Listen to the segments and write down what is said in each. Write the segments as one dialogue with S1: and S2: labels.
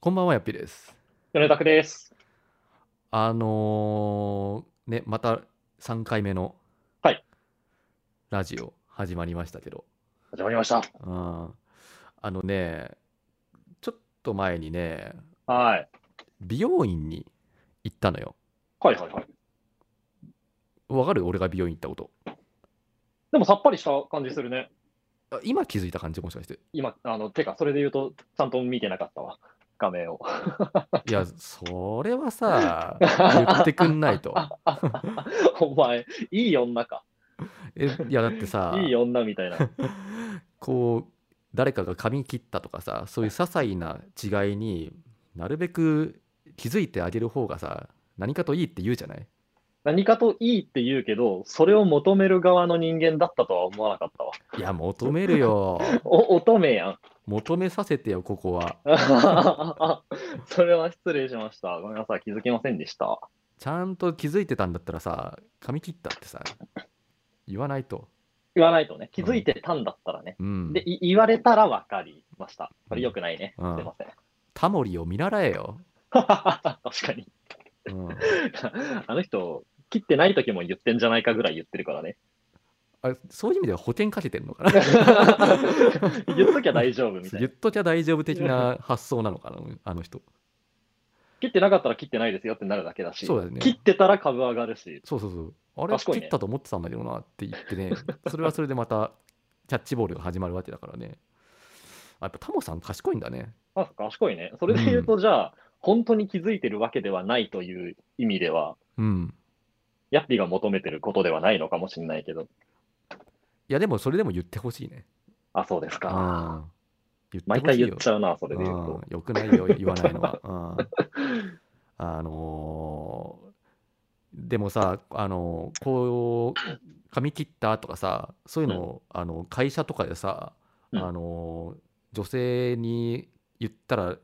S1: こんばんは、やっぴです。
S2: 米拓です。
S1: あのーね、また3回目の
S2: はい
S1: ラジオ始まりましたけど、
S2: 始まりました。
S1: うん、あのね、ちょっと前にね、
S2: はい。
S1: 美容院に行ったのよ。
S2: はいはいはい。
S1: わかる俺が美容院行ったこと。
S2: でもさっぱりした感じするね。
S1: あ今気づいた感じもしか して。
S2: 今、あの、てか、それで言うと、ちゃんと見てなかったわ。画面 を。
S1: いや、それは さ、言ってくんないと。
S2: お前、いい女か。
S1: えいや、だってさ、
S2: いい女みたいな。
S1: こう誰かが髪切ったとかさそういう些細な違いになるべく気づいてあげる方がさ何かといいって言うじゃない
S2: 何かといいって言うけど、それを求める側の人間だったとは思わなかったわ。
S1: いや求めるよ
S2: お、乙女やん。
S1: 求めさせてよここは
S2: それは失礼しました。ごめんなさい。気づきませんでした。
S1: ちゃんと気づいてたんだったらさ髪切ったってさ言わないと
S2: 言わないとね。気づいてたんだったらね。
S1: うん
S2: で、い言われたらわかりました。これ良くないね。す
S1: うん
S2: いません。
S1: タモリを見習えよ、
S2: 確かに。
S1: うん、
S2: あの人、切ってない時も言ってんじゃないかぐらい言ってる からね。
S1: あれそういう意味では保険かけてんのかな
S2: 言っときゃ大丈夫みたい
S1: 言っ。
S2: な
S1: ときゃ大丈夫的な発想なのかなあの人
S2: 切ってなかったら切ってないですよってなるだけだし、
S1: そうだよね
S2: 切ってたら株上がるし、
S1: そうそうそう。あれ、
S2: 賢いね
S1: 切ったと思ってたんだけどなって言って ね、それはそれでまたキャッチボールが始まるわけだからね。あやっぱタモさん賢いんだね。
S2: まあ、賢いね。それで言うと、じゃあ、本当に気づいてるわけではないという意味では、
S1: うん。
S2: ヤッピーが求めてることではないのかもしれないけど、
S1: いや、でもそれでも言ってほしいね。
S2: あ、そうですか。
S1: うん言ってほしいよ
S2: 毎回言っちゃうな、それで言う
S1: う
S2: と
S1: ん。よくないよ、 言わないのは。うんあのーでもさ、あのーこう、髪切ったとかさ、そういうのを、あの会社とかでさ、
S2: うん
S1: あのー女性に言ったら、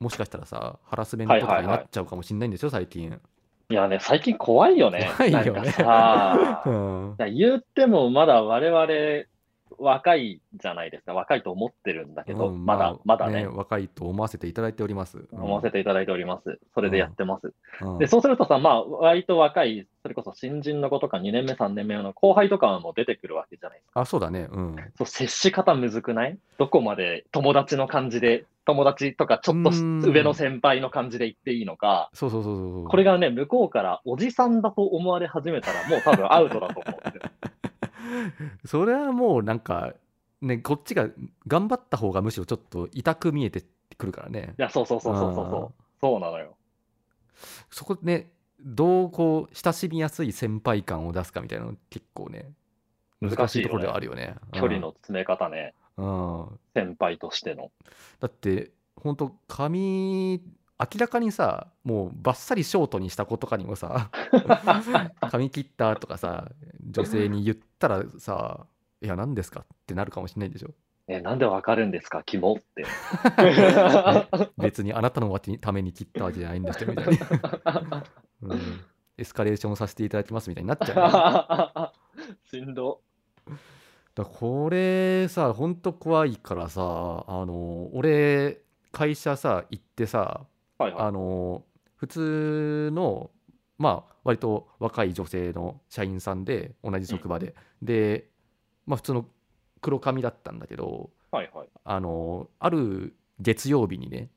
S1: もしかしたらさ、ハラスメントとかになっちゃうかもしれないんですよ、最近。
S2: いやね、最近怖いよね。
S1: 怖いよね
S2: なんかさ
S1: うん
S2: いや言ってもまだ我々若いじゃないですか、若いと思ってるんだけど、
S1: うん
S2: まだ、まだね、
S1: 若いと思わせていただいております。
S2: 思わせていただいております。それでやってます。
S1: うん
S2: で、そうするとさ、まあ、割と若い、それこそ新人の子とか2年目、3年目の後輩とかはもう出てくるわけじゃないですか。
S1: あ、そうだね。うん。
S2: そう接し方むずくないどこまで友達の感じで、友達とかちょっとし
S1: うん
S2: 上の先輩の感じで言っていいのか、
S1: そうそうそうそう。
S2: これがね、向こうからおじさんだと思われ始めたら、もう多分アウトだと思う んですよ
S1: それはもうなんか、ね、こっちが頑張った方がむしろちょっと痛く見えてくるからね
S2: い。や、そうそうそうそうそうそう。そうなのよ。
S1: うんそこね、どうこう親しみやすい先輩感を出すかみたいなの結構ね、難
S2: 難し
S1: しい
S2: いよね
S1: ところではあるよね。
S2: 距離の詰め方ね、
S1: うん。うん
S2: 先輩としての。
S1: だって、本当髪、明らかにさ、もうバッサリショートにした子とかにも さ、髪切ったとかさ、女性に言ったらさ、いや、何ですかってなるかもしれないでしょ。
S2: え、なんでわかるんですか、キモって。
S1: 別にあなたのために切ったわけじゃないん ですけどみたいな、うん、エスカレーションさせていただきますみたいになっちゃ うよね、だか
S2: しんど。
S1: らこれさほんと怖いからさあの俺会社さ行ってさ
S2: はいはい。
S1: あの普通のまあ割と若い女性の社員さんで同じ職場で、で、まあ、普通の黒髪だったんだけど
S2: はいはい。
S1: あのある月曜日にね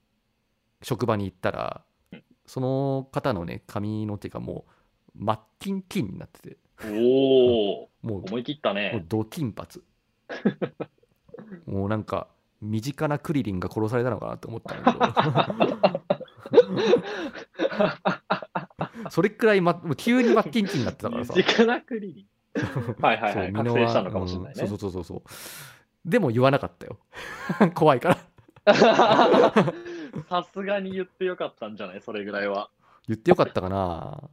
S1: 職場に行ったら
S2: うん
S1: その方のね髪の毛がもう真っ金金になってて
S2: おお、
S1: もう
S2: 思い切った
S1: もう
S2: ね。
S1: ド金髪 もうなんか身近なクリリンが殺されたのかなと思ったんだけど それくらい、ま、もう急に真っ金金になってたからさ
S2: 身近なクリリン。はいはいは
S1: そ
S2: い。
S1: う
S2: 覚
S1: 箕
S2: 醒
S1: 輪
S2: したのかもしれないね。
S1: うんそうそうそうそうでも言わなかったよ 怖いから
S2: さすがに言ってよかったんじゃないそれぐらいは。
S1: 言ってよかったかな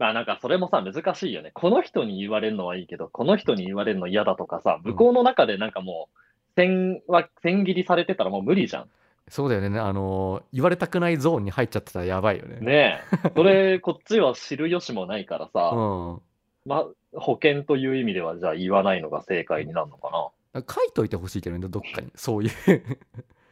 S2: まあなんかそれもさ、難しいよね。この人に言われるのはいいけど、この人に言われるの嫌だとかさ、向こうの中でなんかもう、線は、線切りされてたらもう無理じゃん。
S1: そうだよね、あの言われたくないゾーンに入っちゃってたらやばいよね。
S2: ねえ。それ、こっちは知る由もないから
S1: う
S2: さ、
S1: ん、
S2: まあ、保険という意味では、じゃあ言わないのが正解になるのかな。
S1: 書いといてほしいけどね、どっかに、そういう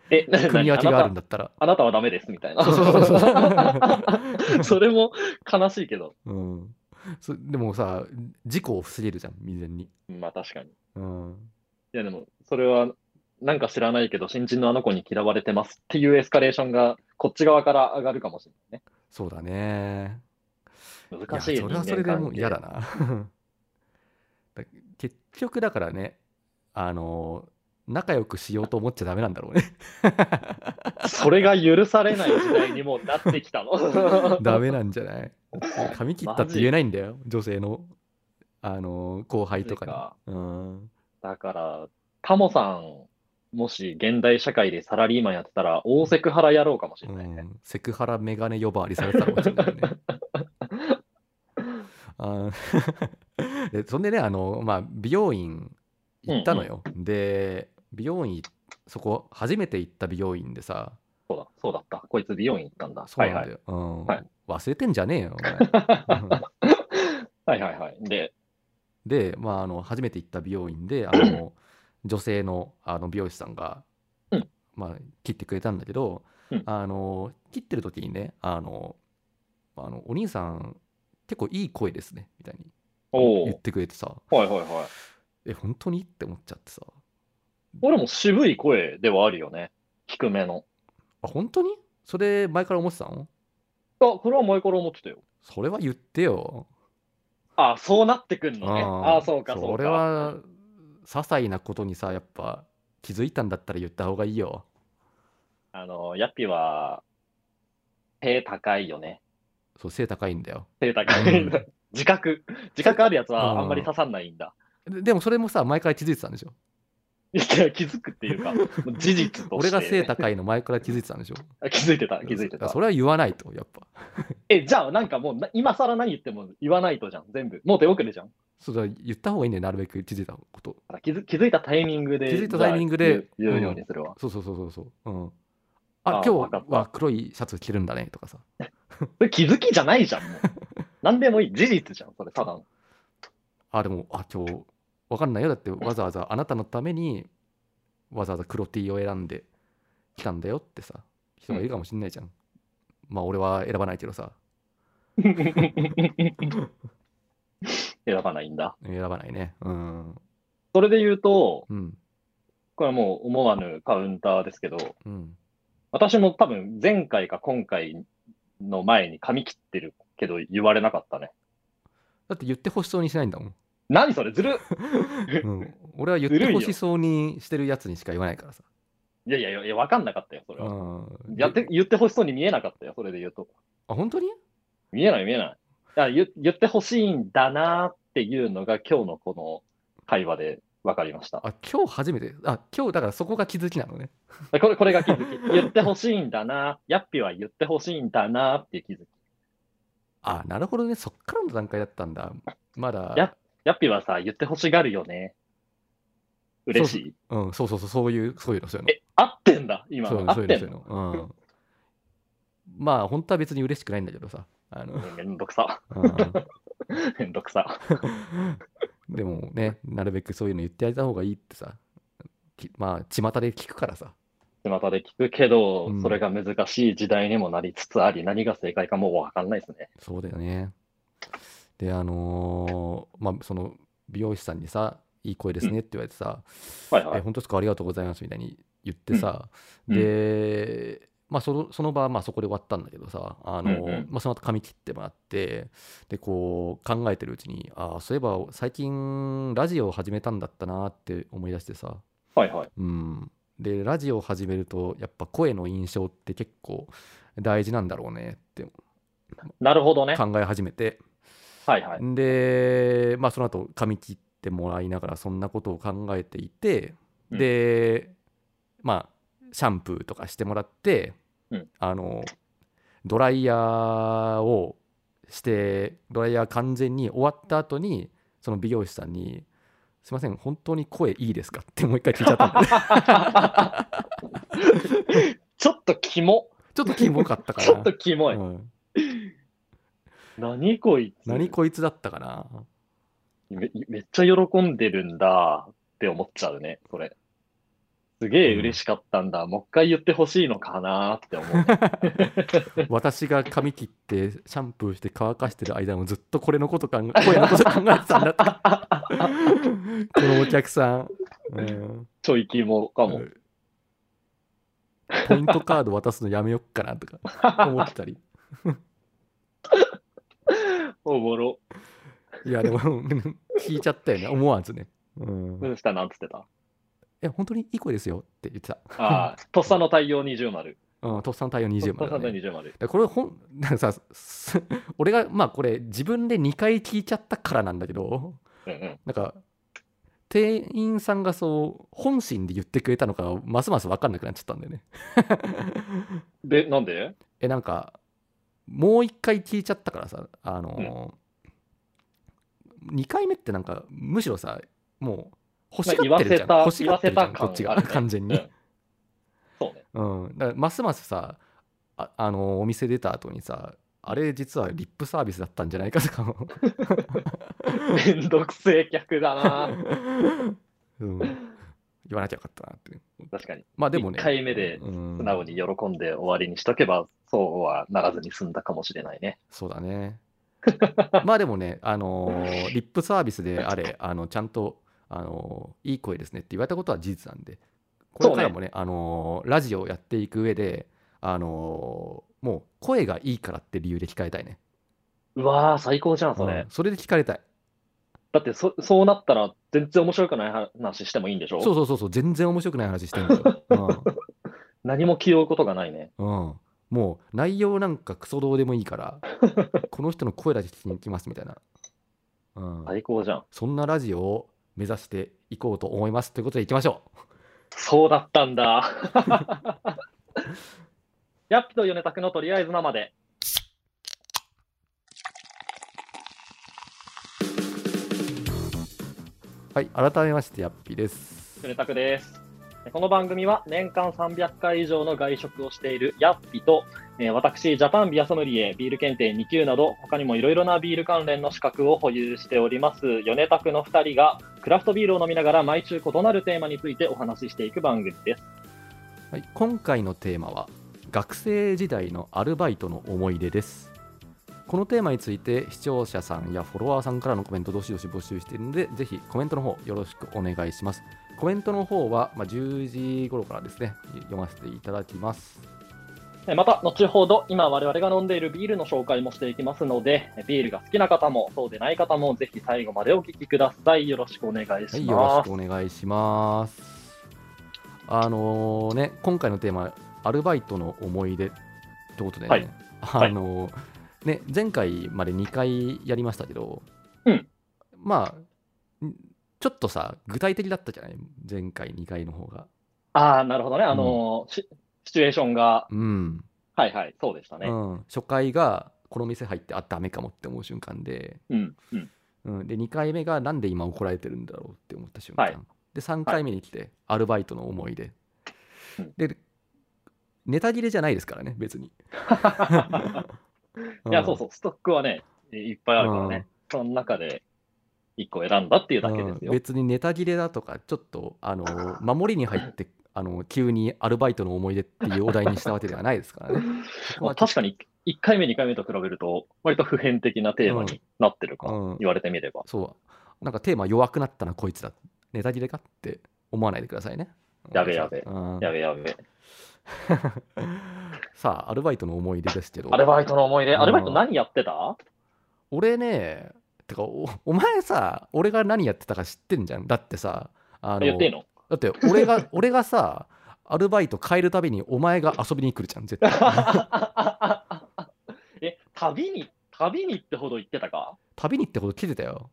S2: え、な
S1: 組み分けがあるんだったら。
S2: あなたあなたはダメですみたいな
S1: そうそうそうそ。
S2: それも悲しいけど。
S1: うん、そでもさ事故を防げるじゃん未然に。
S2: まあ確かに。い
S1: うん、
S2: やでも、それは、なんか知らないけど、新人のあの子に嫌われてますっていうエスカレーションが、こっち側から上がるかもしれない
S1: そうだね。
S2: ね。
S1: いや
S2: 難しい
S1: それはそれでもう嫌だ
S2: な。
S1: な だ結局だからねあの仲良くしようと思っちゃダメなんだろうね
S2: それが許されない時代にもうなってきたの。
S1: ダメなんじゃない髪切ったって言えないんだよ女性のあの後輩とかにうん
S2: だから、タモさん、もし現代社会でサラリーマンやってたら、大セクハラやろうかもしれ
S1: う
S2: ないね。
S1: ん、セクハラメガネ呼ばわりされてたかもしれないよ ねあー でそんでねあの、まあ、美容院行ったのよ、で美容院そこ初めて行った美容院でさ
S2: そうだ、そうだった。こいつ美容院行ったんだ。
S1: そうなん
S2: はい
S1: だ
S2: はい。
S1: よ。うん
S2: はい
S1: 忘れてんじゃねえよ、 お前うん
S2: はいはいはい。で、
S1: で、まあ、あの初めて行った美容院で、あ の女性のあの美容師さんが、
S2: うん
S1: まあ、切ってくれたんだけど、
S2: うん
S1: あの切ってる時にねあのあの、お兄さん、結構いい声ですねみたいに
S2: お
S1: 言っ
S2: お、
S1: てくれてさ、
S2: はいはいはい。
S1: え、本当にって思っちゃってさ、
S2: 俺も渋い声ではあるよね。低めの。
S1: あ、本当にそれ、前から思ってたの
S2: あ、それは前から思ってたよ。
S1: それは言ってよ。
S2: あ、そうなってくんのね。
S1: あ
S2: あ
S1: あ
S2: あ、そうか、そうか。
S1: それは些細なことにさやっぱ気づいたんだったら言った方がいいよ
S2: あの、ヤッピーは、背高いよね。
S1: そう背高いんだよ
S2: 背高い。
S1: うん
S2: 自覚。自覚あるやつ
S1: う
S2: は
S1: ん
S2: あんまり刺さんないんだ。
S1: ででもそれもさ前から気づいてたんでしょ
S2: いや気づくって いうか、もう事実として。
S1: 俺が背高いの前から気づいてたんでしょ
S2: あ気づいてた、気づいてた
S1: そ。それは言わないとやっぱ
S2: え、じゃあ、なんかもうな、今更何言っても言わないとじゃん、全部。もう手遅れじゃん。
S1: そうだ言った方がいいんだよなるべく気づいたこと
S2: だから気づ気づいたタイミングで。
S1: 気づいたタイミングで
S2: じゃあ言う
S1: うん
S2: 言うようにするわ。
S1: そうそうそうそうそううんあ
S2: あ
S1: 今
S2: わかっ
S1: 日
S2: た
S1: は黒いシャツ着るんだねとかさ
S2: それ気づきじゃないじ ゃん、もう。何でもいい。事実じゃん、それ、ただの。
S1: あでもあ今日わかんないよだってわざわざあなたのためにわざわざ黒 T を選んできたんだよってさ人がいるかもしんないじゃん、まあ俺は選ばないけどさ
S2: 選ばないんだ。
S1: 選ばないねうん
S2: それで言うと、
S1: うん
S2: これはもう思わぬカウンターですけど、
S1: うん
S2: 私も多分前回か今回の前に髪切ってるけど言われなかったね。
S1: だって言ってほしそうにしないんだもん、
S2: 何それずる
S1: うん、俺は言っ
S2: ずる
S1: て
S2: い
S1: ほ
S2: よ
S1: しそうにしてるやつにしか言わないからさ、
S2: いやいやいや、わかんなかったよ、それ
S1: う
S2: は。
S1: ん、
S2: やって
S1: で
S2: 言ってほしそうに見えなかったよ、それで言うと。
S1: あ本当に
S2: 見えない見えない。あ言言ってほしいんだなっていうのが今日のこの会話で分かりました。
S1: あ今日初めてあ今日だからそこが気づきなのね
S2: これこれが気づ き。言ってほしいんだな。ヤッピーは言ってほしいんだなっていう気づき。
S1: あなるほどねそっからの段階だったんだま
S2: や
S1: だ
S2: ヤッピーはさ、言ってほしがるよね。嬉しい。
S1: うんそうそうそうそういうそういうのそういうの
S2: え、合ってんだ、今
S1: そういう
S2: の。
S1: の
S2: 合
S1: そう
S2: っ
S1: いうの
S2: て
S1: そ
S2: ん
S1: うい
S2: の。
S1: うの、うん、まあ本当は別に嬉しくないんだけどさあの、
S2: めんどくさ。
S1: う
S2: めんどくさ。
S1: ん でもねなるべくそういうの言ってあげた方がいいってさきまあ巷で聞くからさ
S2: 巷で聞くけど、
S1: うん
S2: それが難しい時代にもなりつつあり、何が正解かもう分かんないですね。
S1: そうだよねであのーまあその美容師さんにさいい声ですねって言われてさ、
S2: はいは
S1: え
S2: い。
S1: 本当ですかありがとうございますみたいに言ってさ、
S2: うん
S1: で、まあ、そのその場はまあそこで終わったんだけどさあの、
S2: うんうん
S1: まあ、その後髪切ってもらってでこう考えてるうちにああそういえば最近ラジオを始めたんだったなって思い出してさ、
S2: はいはい。
S1: うん、でラジオを始めるとやっぱ声の印象って結構大事なんだろうねって
S2: なるほどね。
S1: 考え始めて、
S2: は いはい。
S1: で、まあ、その後髪切ってもらいながらそんなことを考えていて、
S2: うん
S1: でまあシャンプーとかしてもらって、
S2: うん
S1: あのドライヤーをしてドライヤー完全に終わった後にその美容師さんに「すいません本当に声いいですか?」ってもう一回聞いちゃったんだね
S2: ちょっとキモ。
S1: ちょっ とキモかったかな
S2: ちょっとキモい。
S1: うん
S2: 何こいつ
S1: 何こいつだったかな
S2: めめっちゃ喜んでるんだって思っちゃうね、それ。すげえ嬉しかったんだ。もう一回言ってほしいのかなって思うね、
S1: 私が髪切ってシャンプーして乾かしてる間もずっとこれのこと考え 声のこと考 えてたんだってこのお客さん、うん
S2: ちょいキモかも。
S1: ポイントカード渡すのやめよっかなとか思ってたり
S2: おもろ。
S1: いやでも 聞いちゃったよね思わずね、うん、
S2: うんしたなんつってた。
S1: え本当にいい声ですよって言ってた、
S2: ああ、とっさの対応20丸。
S1: うん、とっさん対応20
S2: とっさ
S1: 万、
S2: の対応
S1: ね、
S2: 20丸。
S1: だからこれほんなんかさす 俺がまあこれ自分で2回聞いちゃったからなんだけど
S2: うんうん。
S1: なんか店員さんがそう本心で言ってくれたのかますます分かんなくなっちゃったんだよね
S2: で、なんで
S1: えなんかもう1回聞いちゃったからさあのー、2回目ってなんかむしろさもう欲しがってるじゃん、
S2: まあ
S1: 欲し
S2: 言
S1: が
S2: わ
S1: ってる
S2: せ
S1: じ
S2: た
S1: ゃんこっち
S2: 言わ
S1: が
S2: せた感
S1: 完全
S2: う
S1: に
S2: ん、そうね。
S1: うん、だからますますさああのお店出た後にさあれ実はリップサービスだったんじゃないかとかも、
S2: めんどくせえ客だ な。
S1: うん、言わなきゃよかったなって
S2: 確かに。
S1: まあでもね
S2: 一回目で
S1: 素
S2: 素直に喜んで終わりにしとけば、そうはならずに済んだかもしれないね。
S1: そうだ ねまあでもねあのーリップサービスであれあのちゃんとあのーいい声ですねって言われたことは事実なんでこれからもねあのーラジオをやっていく上であのーもう声がいいからって理由で聞かれたいね
S2: うわー、最高じゃん、それ。
S1: うんそれで聞かれたい
S2: だってそ、そうなったら全然面白くない話してもいいんでしょ
S1: そうそうそうそう全然面白くない話してんだ よ、
S2: 何も気負うことがないね。
S1: うんうん、もう内容なんかクソどうでもいいからこの人の声だけ聞きに行きますみたいな、うん
S2: 最高じゃん。
S1: そんなラジオを目指していこうと思いますということでいきましょう
S2: そうだったんだ。ヤッピとヨネタクのとりあえず生で。
S1: はい、改めまして、やっぴです。
S2: ヨネタクです。この番組は年間300回以上の外食をしているヤッピと、えー私、ジャパンビアソムリエ、ビール検定2級など、他にもいろいろなビール関連の資格を保有しております、ヨネタクの2人が、クラフトビールを飲みながら毎週異なるテーマについてお話ししていく番組です。
S1: はい、今回のテーマは、学生時代のアルバイトの思い出です。このテーマについて、視聴者さんやフォロワーさんからのコメント、どしどし募集しているので、ぜひコメントの方、よろしくお願いします。コメントの方は、まあ、10時頃からですね、読ませていただきます。
S2: えーまた、後ほど、今我々が飲んでいるビールの紹介もしていきますので、えービールが好きな方も、そうでない方も、ぜひ最後までお聞きください。よろしくお願いします。
S1: はい、よろしくお願いします。あのね、今回のテーマ、アルバイトの思い出ってことでね、
S2: はい
S1: あのね、前回まで2回やりましたけど、
S2: うん
S1: まあ、んちょっとさ、具体的だったじゃない前回2回の方が。
S2: ああ、なるほどね。あのーシシチュエーションが、
S1: うん。
S2: はいはい、そうでしたね
S1: う。ん、初回が、この店入って、あ、ダメかもって思う瞬間で、
S2: うん、うん。
S1: うん、で2回目がなんで今怒られてるんだろうって思った瞬間、
S2: はい
S1: で3回目に来て、アルバイトの思い出
S2: うん
S1: でネタ切れじゃないですからね別 に
S2: いや、そうそう、ストックはね、いいっぱいあるからね。その中で、一個選んだっていうだけです
S1: うん
S2: よ。
S1: 別にネタ切れだとかちょっとあの 守りに入ってあの急にアルバイトの思い出っていうお題にしたわけではないですからね そこ
S2: まあ
S1: はちょっ
S2: 確かに、1回目、2回目と比べると、割と普遍的なテーマになってるか、
S1: うん
S2: 言われてみれば。
S1: とそうなんかテーマ弱くなったなこいつだネタ切れかって思わないでくださいね
S2: やべやべ
S1: うん
S2: やべやべ。
S1: さあアルバイトの思い出ですけど
S2: アルバイトの思い出、
S1: うん
S2: アルバイト何やってた
S1: 俺ねてかおお前さ俺が何やってたか知ってんじゃんだってさあ
S2: 言っていいの
S1: だって俺が 俺がさアルバイト変えるたびにお前が遊びに来るじゃん絶 対
S2: え、旅に、旅にってほど行ってたか
S1: 旅にってこと来てたよ、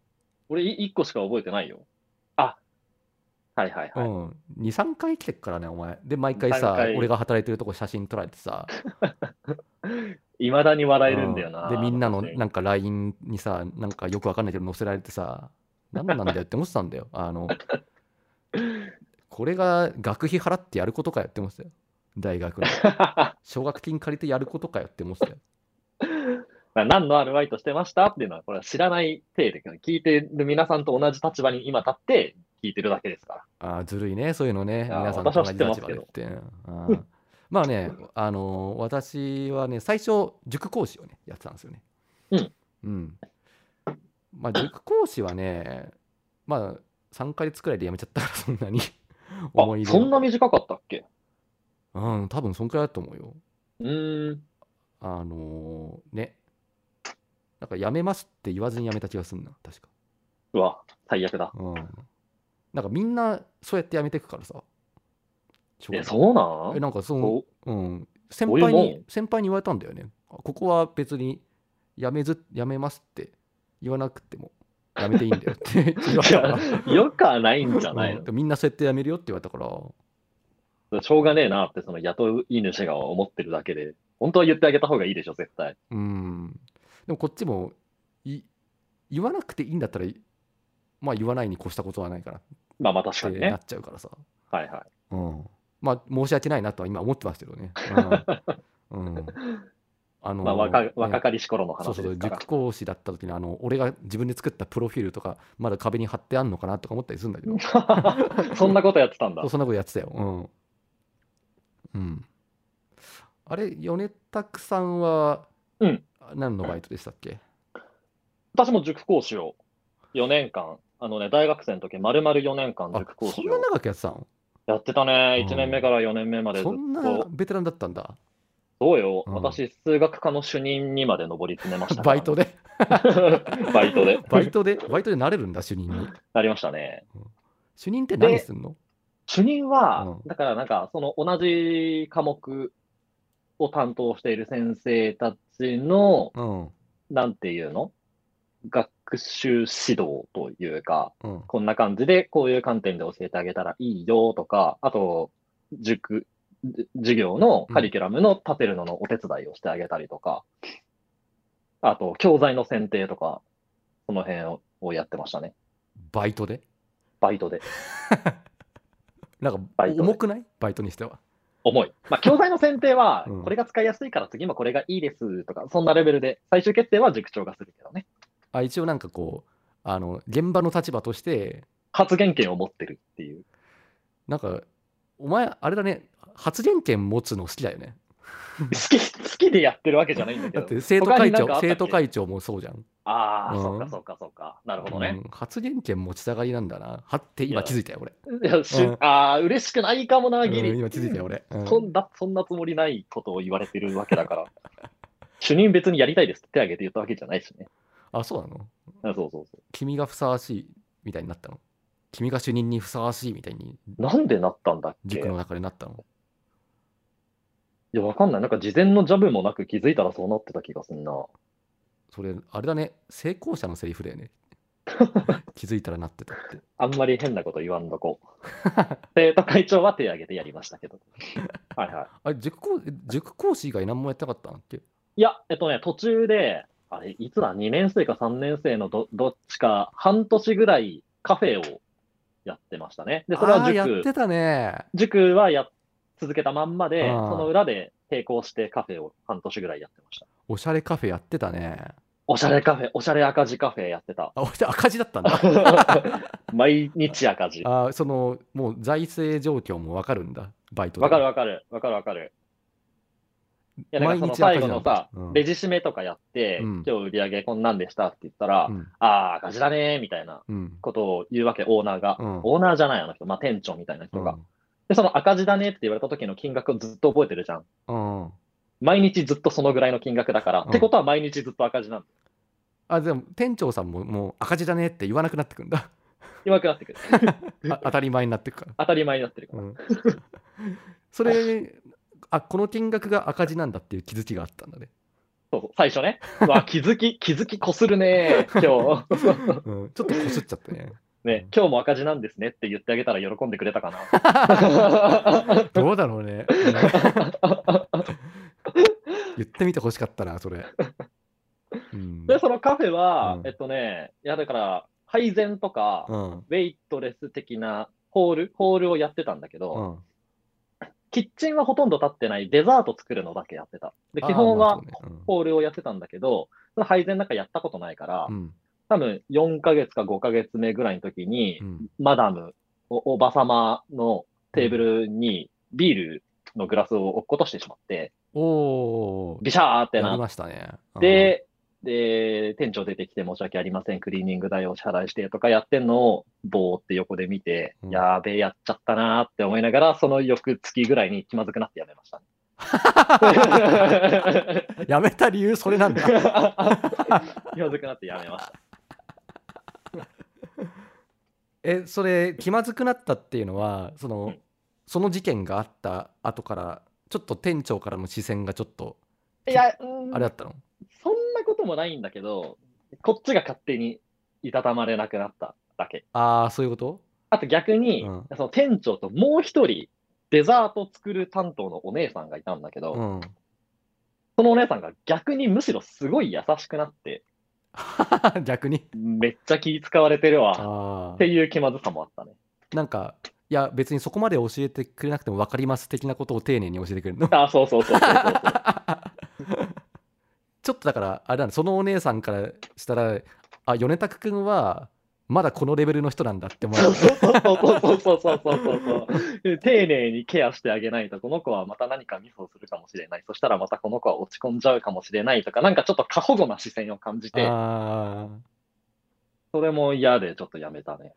S2: 俺、い一個しか覚えてないよ。あ、はいはいはい。
S1: うん23回来てっからねお前で毎回
S2: 三
S1: さ
S2: 回
S1: 俺が働いてるとこ写真撮られてさ
S2: いまだに笑えるんだよな。
S1: うんでみんなの
S2: 私
S1: なんか LINE にさなんかよくわかんないけど載せられてさ何なんだよって思ってたんだよあのこれが学費払ってやることかよって思ってたよ大学の 奨学金借りてやることかよって思ってたよ
S2: まあ何のアルバイトしてましたっていうのは、これは知らない体で、聞いてる皆さんと同じ立場に今立って聞いてるだけですから。
S1: あーずるいね、そういうのね。
S2: やー
S1: 皆さん
S2: 私は知ってます
S1: 同じ立場でってうんまあ ね、あのー私はね、最初、塾講師をね、やってたんですよね。
S2: うん。
S1: うん。まあ、塾講師はね、まあ、3ヶ月くらいで辞めちゃったから、 そんなに
S2: あ
S1: 思い、入れ
S2: そ
S1: は
S2: んな短かったっけ
S1: うん、多分そんくらいだと思うよ。
S2: うーん。
S1: あのーね、なんか辞めますって言わずに辞めた気がするな、確か。
S2: うわ、最悪だ。
S1: うん。なんかみんな、そうやって辞めてくからさ。
S2: え、そうな
S1: え
S2: ん
S1: なんかその、
S2: そ
S1: うん、先
S2: ういうもん
S1: 輩に先輩に言われたんだよね。あここは別にやめずやめますって言わなくてもやめていいんだよって 言われたから
S2: うよくはないんじゃな
S1: う
S2: い
S1: んでみんなそうやってやめるよって言われたから、
S2: のしょうがねえなって、その雇い主が思ってるだけで。本当は言ってあげた方がいいでしょ、絶対。
S1: うん。でもこっちもい言わなくていいんだったら、まあ言わないに越したことはないからっ
S2: まあまあ確
S1: て
S2: かに
S1: な
S2: ね
S1: っ。ちゃうからさ。
S2: はいはい。
S1: うん、まあ申し訳ないなとは今思ってますけどね。うん。うんあの
S2: まあ若
S1: ね
S2: 若かりし頃の
S1: そう
S2: 話
S1: そ
S2: で
S1: う
S2: すから
S1: 塾。講師だった時にあの俺が自分で作ったプロフィールとかまだ壁に貼ってあんのかなとか思ったりするんだけど
S2: そんなことやってたんだ
S1: そう。そんなことやってたようん、うん、あれ米拓さんは
S2: うん
S1: 何のバイトでしたっけ、
S2: 私も塾講師を4年間、あのね、大学生の時、丸々4年間
S1: あ
S2: 塾講
S1: そ
S2: 師
S1: んな
S2: を
S1: 長くやってたの
S2: やってたね。
S1: うん
S2: 1年目から4年目までずっ
S1: そ
S2: と。
S1: んなベテランだったん だ
S2: そうよ。
S1: うん
S2: 私、数学科の主任にまで上り詰めましたか
S1: バ
S2: ら
S1: イト
S2: ね。
S1: で
S2: バイトで。
S1: バイトでバイトでなれるんだ主任に
S2: なりましたね。
S1: 主任って何すんの
S2: 主任は、
S1: うん
S2: だからなんか、その同じ科目を担当している先生たちの、
S1: うん
S2: なんていうの学習指導というか、
S1: うん
S2: こんな感じで、こういう観点で教えてあげたらいいよとか、あと、塾、じ授業のカリキュラムの立てるののお手伝いをしてあげたりとか、あと、教材の選定とか、その辺ををやってましたね。
S1: バイトで
S2: バイトで。
S1: なんか
S2: バイトで
S1: 重くないバイトにしては
S2: 重い。 まあ、教材の選定は
S1: うん、
S2: これが使いやすいから次もこれがいいですとか、そんなレベルで、最終決定は塾長がするけどね。
S1: あ一応なんかこうあの現場の立場として
S2: 発言権を持ってるっていう。
S1: なんかお前あれだね発言権持つの好きだよね
S2: 好き、好きでやってるわけじゃないんだけ
S1: だっ
S2: ど。
S1: て生徒
S2: 他
S1: 会
S2: になん
S1: 長
S2: かあったっけ
S1: 生徒会長もそうじゃん、
S2: ああ、
S1: うん
S2: そっかそっかそっか。なるほどね。
S1: うん発言権持ちたがりなんだなはって今
S2: いや
S1: 気づいたよ俺、
S2: いや、し
S1: うん
S2: ああ、嬉しくないかもな、ギリ。
S1: うん今気づいたよ俺、うん
S2: そんな、そんなつもりないことを言われてるわけだから。 主任別にやりたいですって手挙げて言ったわけじゃないしね。
S1: あそうなの
S2: あそうそうそ
S1: 君がふさわしいみたいになったの君が主任にふさわしいみたいに
S2: う。なんでなったんだっけい
S1: 塾の中でなったの
S2: や、わかんない。なんか事前のジャブもなく気づいたらそうなってた気がすんな。
S1: それあれだね成功者のセリフだよ ね気づいたらなってたって
S2: あんまり変なこと言わん とこ。生徒会長は手挙げてやりましたけど。はいはい。
S1: あれ塾講塾講師以外何もやってなかったんだっけ
S2: いや、えっとね、途中で、あれ、いつだ、2年生か3年生のどどっちか、半年ぐらいカフェをやってましたね。で、それは
S1: あーやっ
S2: 塾
S1: てたね
S2: 塾はやっ続けたまんまで、
S1: あ
S2: そ
S1: ー
S2: の裏で並行してカフェを半年ぐらいやってました。
S1: おしゃれカフェやってたね。
S2: おしゃれカフェ、おしゃれ赤字カフェやってた
S1: 。あ、おしゃれ赤字だったんだ。
S2: 毎日赤字。
S1: あその、もう財政状況もわかるんだ、バイトで。
S2: わかるわかる、わかるわかる。いや、なんかその
S1: 毎
S2: 最
S1: 日赤字
S2: 後
S1: な
S2: の
S1: んだ
S2: さ、
S1: うん
S2: レジ締めとかやって、
S1: うん
S2: 今日売り上げこんなんでしたって言ったら、
S1: うん。
S2: あー、赤字だねーみたいな
S1: うん。
S2: ことを言うわけ、オーナーが。
S1: うん
S2: オーナーじゃない、あの人、まあ、店長みたいな人が、
S1: うん
S2: で、その赤字だねって言われた時の金額をずっと覚えてるじゃん。
S1: うん。
S2: 毎日ずっとそのぐらいの金額だから。
S1: うん
S2: ってことは毎日ずっと赤字なんだ。
S1: あ、でも店長さんももう赤字だねって言わなくなってくん だ。
S2: 弱くなってくる。
S1: あ当たり前になってくから。
S2: 当たり前になってるか
S1: う
S2: ら。
S1: ん、 それ、あ、この金額が赤字なんだっていう気づきがあったんだね。
S2: そうそう、最初 ね。うわ、気づき、気づきこするね今日。
S1: うん、ちょっとこすっちゃったね。
S2: ね、今日も赤字なんですねって言ってあげたら喜んでくれたか な。
S1: どうだろうね。 言ってみてほしかったな、それ。うん。
S2: で、そのカフェは、
S1: うん
S2: えっとね、いやだから、配膳とか、
S1: うん。
S2: ウェイトレス的なホール、ホールをやってたんだけど、
S1: うん。
S2: キッチンはほとんど立ってない、デザート作るのだけやってた。で、基本
S1: あ
S2: は
S1: ー、まあそうね
S2: ホールをやってたんだけど、その配膳なんかやったことないから、
S1: うんうん
S2: 多分4ヶ月か5ヶ月目ぐらいの時に
S1: う、ん
S2: マダム、おおばさまのテーブルにビールのグラスを落っことしてしまって、
S1: おー
S2: ビシャーって
S1: や
S2: な
S1: り
S2: っ
S1: ましたね。うん、
S2: で、で、店長出てきて申し訳ありません、クリーニング代をお支払いしてとかやってんのを、ぼーって横で見て、
S1: うん
S2: やーべえ、やっちゃったなーって思いながら、その翌月ぐらいに気まずくなってやめ ましたね。
S1: やめた理由、それなんだ。
S2: 気まずくなってやめました。
S1: え、それ、気まずくなったっていうのは、その、
S2: うん
S1: その事件があった後から、ちょっと店長からの視線がちょっと、
S2: いや、うん
S1: あれだったの、
S2: そんなこともないんだけど、こっちが勝手にいたたまれなくなっただけ。
S1: ああ、そういうこと
S2: あと逆に、
S1: うん
S2: その店長ともう一人、デザート作る担当のお姉さんがいたんだけど、
S1: うん。
S2: そのお姉さんが逆にむしろすごい優しくなって、
S1: 逆に。
S2: めっちゃ気使われてるわ
S1: あ
S2: って
S1: あ。
S2: いう気まずさもあったね。
S1: なんか、いや、別にそこまで教えてくれなくても分かります的なことを丁寧に教えてくれるの。
S2: あ、そうそうそうそうそうそう。
S1: ちょっとだから、あれだね、そのお姉さんからしたら、あ、米拓くんは、まだこのレベルの人なんだって思われ
S2: そう
S1: る
S2: そうそうそうそうそうそうそう。丁寧にケアしてあげないと、この子はまた何かミスをするかもしれない。そしたらまたこの子は落ち込んじゃうかもしれないとか、なんかちょっと過保護な視線を感じて、
S1: あー
S2: それも嫌でちょっとやめたね。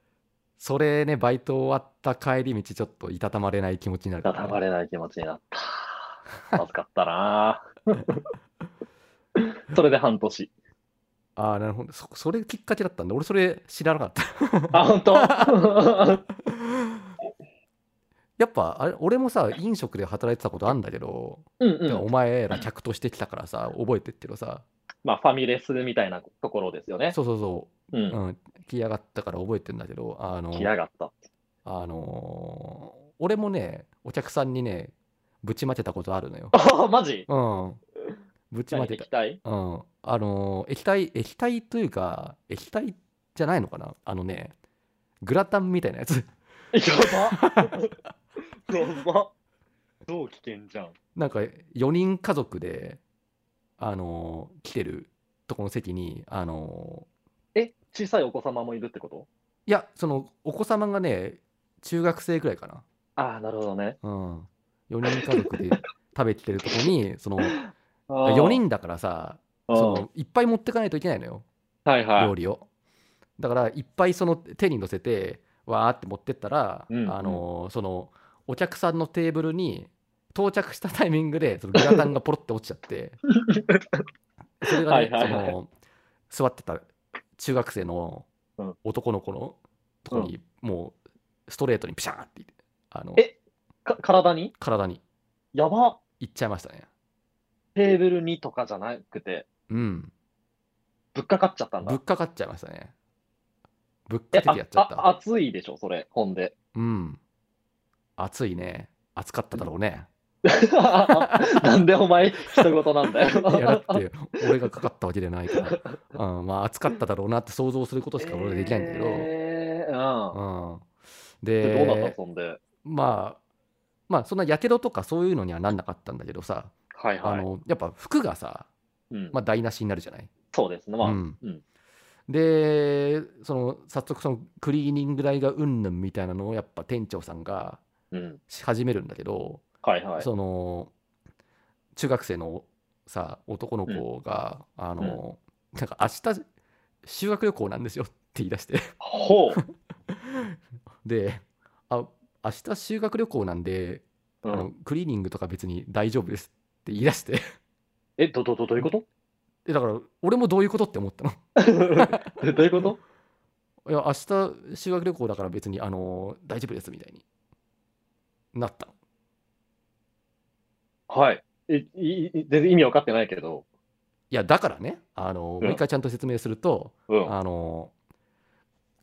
S1: それね、バイト終わった帰り道、ちょっといたたまれない気持ちになる、
S2: たたまれない気持ちになった。まずかったなぁそれで半年。
S1: ああ、なるほどそ。それきっかけだったんだ。俺、それ知らなかった。
S2: あ、本当
S1: やっぱ、あれ俺もさ、飲食で働いてたことあんだけど、
S2: うん
S1: て
S2: う
S1: かお
S2: ん。
S1: 前ら客としてきたからさ、覚えてってるさ、
S2: まあ、ファミレスみたいなところですよね。
S1: そうそうそうう、
S2: ん。
S1: うん、来やがったから覚えてんだけど、あの、
S2: 来やがった。
S1: あのー俺もね、お客さんにね、ぶちまけたことあるのよ。
S2: あ、マジ
S1: うん。ぶちま
S2: 何
S1: け
S2: で
S1: た
S2: 来。たい
S1: うん。あのー液体、液体というか、液体じゃないのかなあのね、グラタンみたいなやつ。
S2: やば やば超危険じゃん。
S1: なんか、4人家族で、あのー来てるとこの席に、あの
S2: え、小さいお子様もいるってこと
S1: ーいや、その、お子様がね、中学生ぐらいかな。
S2: ああ、なるほどね。
S1: うん。4人家族で食べてるとこに、その、
S2: あー
S1: 4人だからさ、
S2: うん
S1: そのいっぱい持ってかないといけないのよ、
S2: はいはい。
S1: 料理を。だからいっぱいその手に乗せてわーって持ってったら、
S2: うん
S1: あのーそのお客さんのテーブルに到着したタイミングでそのグラタンがポロって落ちちゃって それがね
S2: はいはいはい
S1: その座ってた中学生の
S2: うん
S1: 男の子のとこに、もうストレートにピシャーってあの
S2: えか体に
S1: 体に
S2: やば
S1: いっちゃいましたね。
S2: テーブルにとかじゃなくて、
S1: うん、
S2: ぶっかかっちゃったんだ。
S1: ぶっかかっちゃいましたね。ぶっ
S2: え
S1: かけてやっちゃった。
S2: ああ熱いでしょ、それ、ほんで。
S1: うん。暑いね。暑かっただろう ね。
S2: なんでお前、人事なんだよ。
S1: いや、だって、俺がかかったわけじゃないから。うん、まあ、暑かっただろうなって想像することしか俺はできないんだけど。
S2: えーうん。
S1: うん。
S2: でどうなったの
S1: で、
S2: そんで。
S1: まあ、まあ、そんなやけどとかそういうのにはなんなかったんだけどさ、
S2: はい
S1: あ
S2: はい。
S1: の、やっぱ服がさ、
S2: うん
S1: まあ、台無しになるじゃない。
S2: そうですね。まあ、
S1: う
S2: うん
S1: んで、その、早速そのクリーニング代がうんぬんみたいなのをやっぱ店長さんが
S2: うん。
S1: し始めるんだけど、
S2: はいはい。
S1: その中学生のさ男の子が、あの、なんか明日修学旅行なんですよって言い出して
S2: ほう。
S1: であ明日修学旅行なんで、あ
S2: うん
S1: のクリーニングとか別に大丈夫ですって言い出して
S2: え、ど、ど、ど、どういうこと
S1: でだから俺もどういうことって思ったの
S2: えどういうこと
S1: いや明日修学旅行だから別にあの大丈夫ですみたいになったの
S2: はい。え、いい全然意味わかってないけど。
S1: いやだからねあの、
S2: うん
S1: もう一回ちゃんと説明すると、
S2: うん。
S1: あの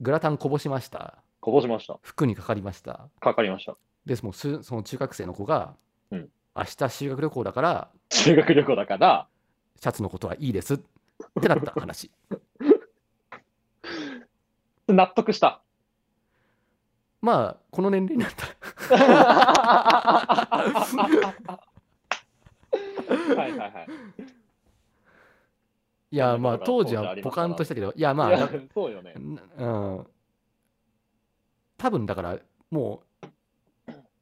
S1: グラタンこぼしました
S2: こぼしました。
S1: 服にかかりました。
S2: かかりました。
S1: で、もうすその中学生の子が、
S2: うん
S1: 明日修学旅行だから、
S2: 修学旅行だから、
S1: シャツのことはいいですってなった 話。
S2: 納 得した。
S1: まあ、この年齢になったら
S2: はいはいはい。
S1: いや、まあ、当
S2: そんなことが
S1: 時はポカンとしたけど、いや、ま
S2: い
S1: あ、
S2: や
S1: だ
S2: そうよね。
S1: なうん。多分だから、もう、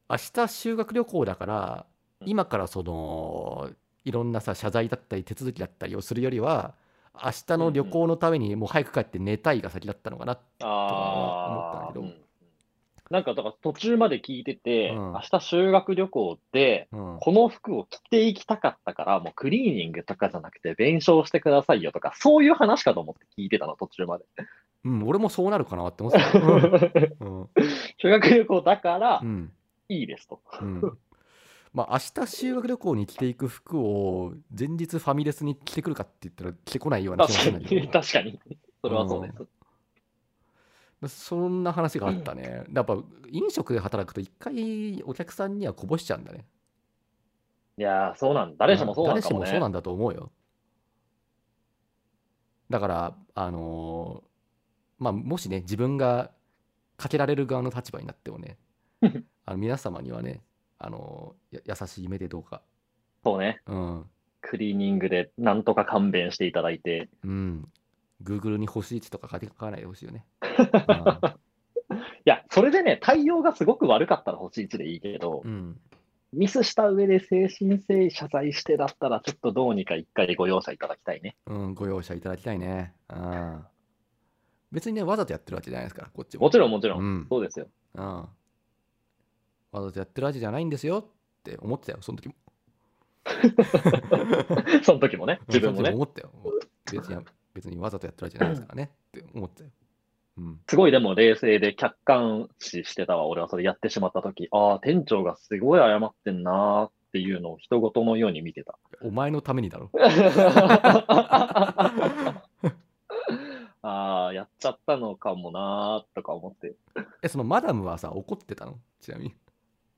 S1: 明日修学旅行だから、
S2: うん
S1: 今からその、いろんなさ、謝罪だったり、手続きだったりをするよりは、明日の旅行のためにもう早く帰って寝たいが先だったのかな。
S2: ああ、
S1: とは思ったけど
S2: うんなんかだから途中まで聞いてて、
S1: うん
S2: 明日修学旅行って、
S1: うん。
S2: この服を着ていきたかったから、もうクリーニングとかじゃなくて、弁償してくださいよとか、そういう話かと思って聞いてたの、途中まで。
S1: うん、俺もそうなるかなって思ってた よ。うん。
S2: 修学旅行だから
S1: う、ん。
S2: いいですと。
S1: うん。まあ、明日修学旅行に着ていく服を前日ファミレスに着てくるかって言ったら着てこないような気
S2: 確
S1: もするん
S2: か
S1: だけど
S2: に、確かに。それはそうです。
S1: そんな話があったね。やっぱ飲食で働くと一回お客さんにはこぼしちゃうんだね。
S2: いやー、そうなん誰しもそうなん
S1: 誰
S2: か
S1: し
S2: も
S1: も
S2: ね。
S1: そうなんだと思うよ。だから、あのーまあ、もしね、自分がかけられる側の立場になっても ね、あの皆様にはね、あのーや優しい目でどうか。
S2: そうね。
S1: うん。
S2: クリーニングでなんとか勘弁していただいて、
S1: うん。Google に星1とか書いて書かないでほしいよ ね。うん
S2: いや、それでね、対応がすごく悪かったら星1でいいけど、
S1: うん。
S2: ミスした上で誠心誠意謝罪してだったら、ちょっとどうにか一回ご容赦いただきたいね。
S1: うん、ご容赦いただきたいね。うん。別にね、わざとやってるわけじゃないですから、こっちも。
S2: もちろん、もちろん。
S1: うん。
S2: そうですよ。
S1: うん。わざとやってるわけじゃないんですよって思ってたよ、その時も。
S2: その時もね、自分も
S1: そ
S2: ね。
S1: の時思ったよ。別に、別にわざとやってるわけじゃないですからねって思ってたよ。うん。
S2: すごいでも冷静で客観視してたわ、俺はそれやってしまった時、ああ、店長がすごい謝ってんなーっていうのを人事のように見てた。
S1: お前のために だろ。
S2: ああ、やっちゃったのかもなーとか思って。
S1: え、そのマダムはさ、怒ってたのちなみに。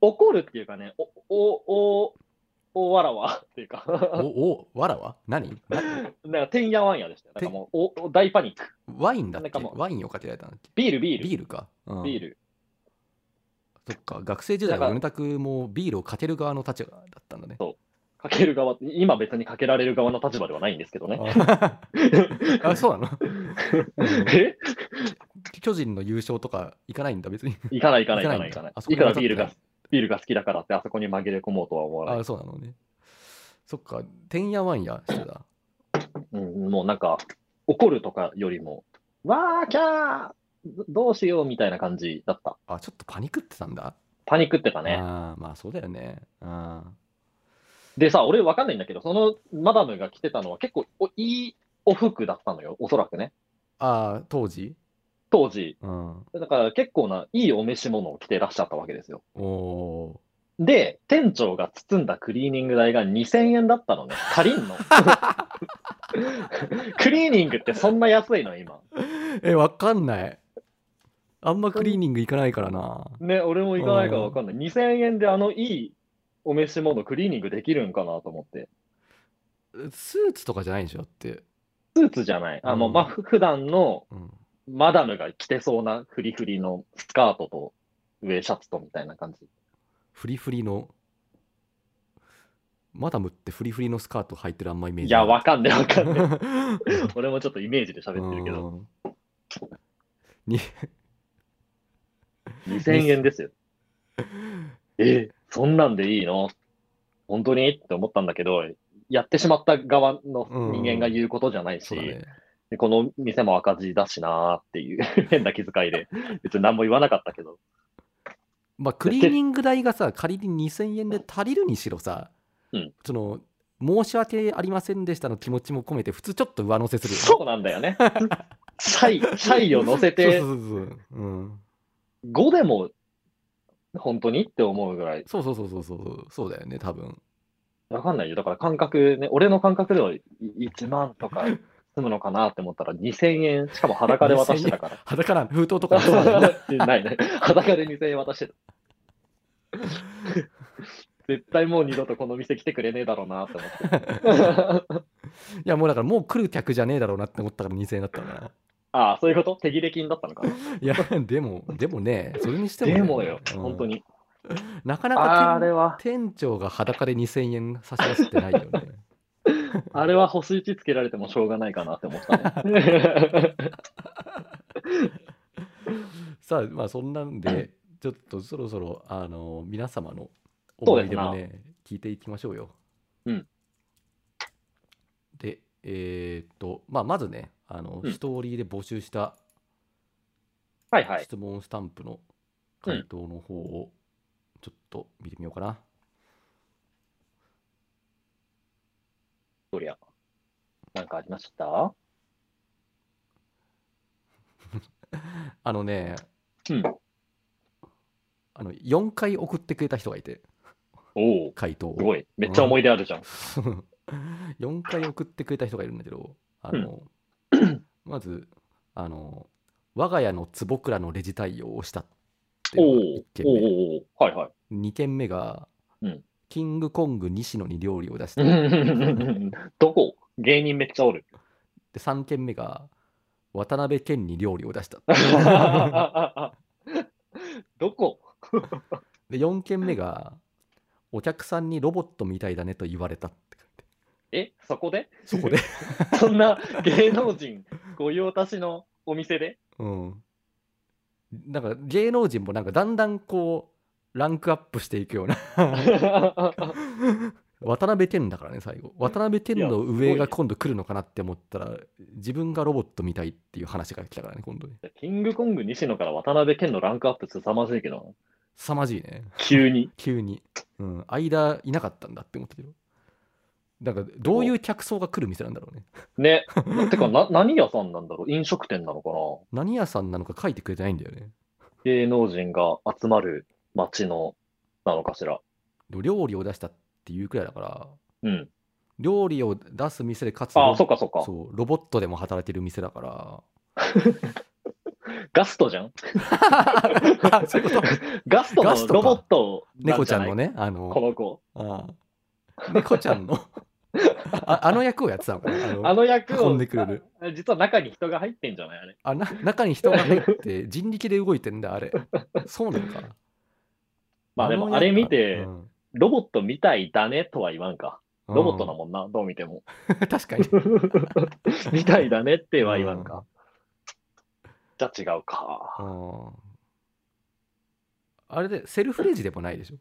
S2: 怒るっていうかね、お、お、お、おわらわっていうか、
S1: お、お、わらは何な
S2: なんかてんやわんやでしたよ。なんかもう、お、お大パニック。
S1: ワインだっ
S2: な
S1: け
S2: んかもう
S1: ワインをかけられたんだっけ
S2: ビール、ビール、
S1: ビールか。うん
S2: ビー。ル。
S1: そっか、学生時代
S2: だ
S1: は
S2: から
S1: 米田君もビールをかける側の立場だったんだね。
S2: かける側、今別にかけられる側の立場ではないんですけどね。
S1: あ あ、そうなのうん
S2: え
S1: 巨人の優勝とか行かないんだ、別に。
S2: 行かない行かない行かな
S1: 行
S2: い行
S1: かな
S2: かないい
S1: あそ。こ
S2: い
S1: に混
S2: く
S1: ざ
S2: ら
S1: ってない
S2: ビールが、ビールが好きだからって、あそこに紛れ込もうとは思わない
S1: あ。そうなのね。そっか、てんやわんやしてた。
S2: うん、もうなんか、怒るとかよりも、わー、キャーどどうしようみたいな感じだった。
S1: あ、ちょっとパニックってたんだ。
S2: パニックってたね。
S1: あーまあそうだよね。うん
S2: でさ、俺わかんないんだけど、そのマダムが着てたのは結構おいいお服だったのよ、おそらくね。
S1: あー当時
S2: 当時。
S1: うん。
S2: だから結構ないいお召し物を着てらっしゃったわけですよ。
S1: おお
S2: で、店長が包んだクリーニング代が2000円だったのね。足り んのクリーニングってそんな安いの今。
S1: ー。え、わかんない。あんまクリーニング行かないからな。
S2: ね、俺も行かないからわかんない。2000円であのいいお召し物クリーニングできるんかなと思って。
S1: スーツとかじゃないでしょだって。
S2: スーツじゃない。あの、
S1: うん
S2: まあ、ふ普段の
S1: うん。
S2: マダムが着てそうなフリフリのスカートと上シャツとみたいな感じ。
S1: フリフリの。マダムってフリフリのスカート履いてるあんまイメージ
S2: いや、わ
S1: か
S2: かんないわかん ない。
S1: ない。
S2: 俺もちょっとイメージで喋ってるけど、
S1: うんに
S2: 2000円 ですよ。え、そんなんでいいの本当にって思ったんだけど、やってしまった側の人間が言うことじゃないし、
S1: そうだね。
S2: でこの店も赤字だしなーっていう 変な気遣いで、別に何も言わなかったけど、
S1: まあ、クリーニング代がさ、仮に2000円で足りるにしろさ、
S2: うん
S1: その、申し訳ありませんでしたの気持ちも込めて、普通ちょっと上乗せするよね。
S2: そうなんだよね。シャイ、シャイを乗せて
S1: そ、うそうそうそう。うん。
S2: 5でも本当にって思うぐらい、
S1: そうそうそうそうそう。そうだよね、多分。
S2: わかんないよ。だから感覚ね、俺の感覚ではい1万とか済むのかなって思ったら2000円、しかも裸で渡してた から。
S1: 裸なん封筒とかもそうだよ ね
S2: ないね。裸で2000円渡 してた。絶対もう二度とこの店来てくれねえだろうなって思って。
S1: いや、もうだからもう来る客じゃねえだろうなって思ったから2000円だったんだな。
S2: ああ、そういうこと手切れ金だったのかな。
S1: いや、でも、でもね、それにしても、ね。
S2: でもよ、
S1: うん
S2: 本当に。
S1: なかなか
S2: あ
S1: 手
S2: れは、
S1: 店長が裸で2000円差し出すってないよね。
S2: あれは歩数値つけられてもしょうがないかなって思っ たね。
S1: さあ、まあそんなんで、ちょっとそろそろ、あの、皆様の思い出も
S2: そう
S1: ね、聞いていきましょうよ。
S2: うん
S1: で、えーっと、まあまずね、あの、
S2: うん
S1: ストーリーで募集した
S2: はいはい。
S1: 質問スタンプの回答の方を、ちょっと見てみようかな。
S2: そりゃ。なんかありました
S1: あのね、
S2: うん。
S1: あの、4回送ってくれた人がいて、
S2: おお、
S1: 回答を。
S2: すごい。めっちゃ思い出あるじゃん。
S1: 4回送ってくれた人がいるんだけど、あの、 まず、あの、我が家の坪倉のレジ対応をしたって
S2: お
S1: いうのが
S2: ー
S1: 一件
S2: おー
S1: 目。
S2: おーおーはいはい。
S1: 2件目が、
S2: うん
S1: キングコング西野に料理を出した。
S2: うん
S1: で、
S2: うんうんうん どこ芸人めっちゃおる。
S1: 3件目が、渡辺謙に料理を出した。
S2: どこ
S1: で、4件目が、お客さんにロボットみたいだねと言われたって書いて
S2: え、そこで
S1: そ こで。
S2: そんな芸能人ご用達のお店で
S1: うん。なんか芸能人もなんかだんだんこう、ランクアップしていくような。渡辺謙だからね最後渡辺謙の上が今度来るのかなって思ったら自分がロボットみたいっていう話が来たからね今度ね
S2: キングコング西野から渡辺謙のランクアップ凄まじいけど、
S1: 凄まじいね
S2: 急に。
S1: 急に、うん、間いなかったんだって思ったけどなんかどういう客層が来る店なんだろうね
S2: ね。てかな、何屋さんなんだろう飲食店なのか
S1: 何屋さんなのか書いてくれてないんだよね
S2: な芸能人が集まる街の、なのかしら。
S1: でも料理を出したっていうくらいだから
S2: うん。
S1: 料理を出す店でかつ
S2: あ
S1: ロ
S2: そっかそっか。
S1: そうロボットでも働いてる店だから
S2: ガストじゃん
S1: あそういうこと
S2: ガスト
S1: ガス
S2: の
S1: トか
S2: ロボットな
S1: 猫
S2: じ
S1: ちゃん
S2: ない
S1: のねあの
S2: この子。
S1: ああ猫ちゃんの ああの役をやってたのかなあの
S2: あの役を
S1: 運んでくれる
S2: あ実は中に人が入ってんじゃないあれ。
S1: あな中に人が入って人力で動いてんだあれそうなのか
S2: まあでも
S1: の役
S2: あれ見て
S1: うん
S2: ロボットみたいだねとは言わんか。ロボットだ
S1: うん
S2: もんな、どう見ても。
S1: 確 かに
S2: みたいだねっては言わんか。じゃあ違うか。
S1: うんあれでセルフレジでもないでしょ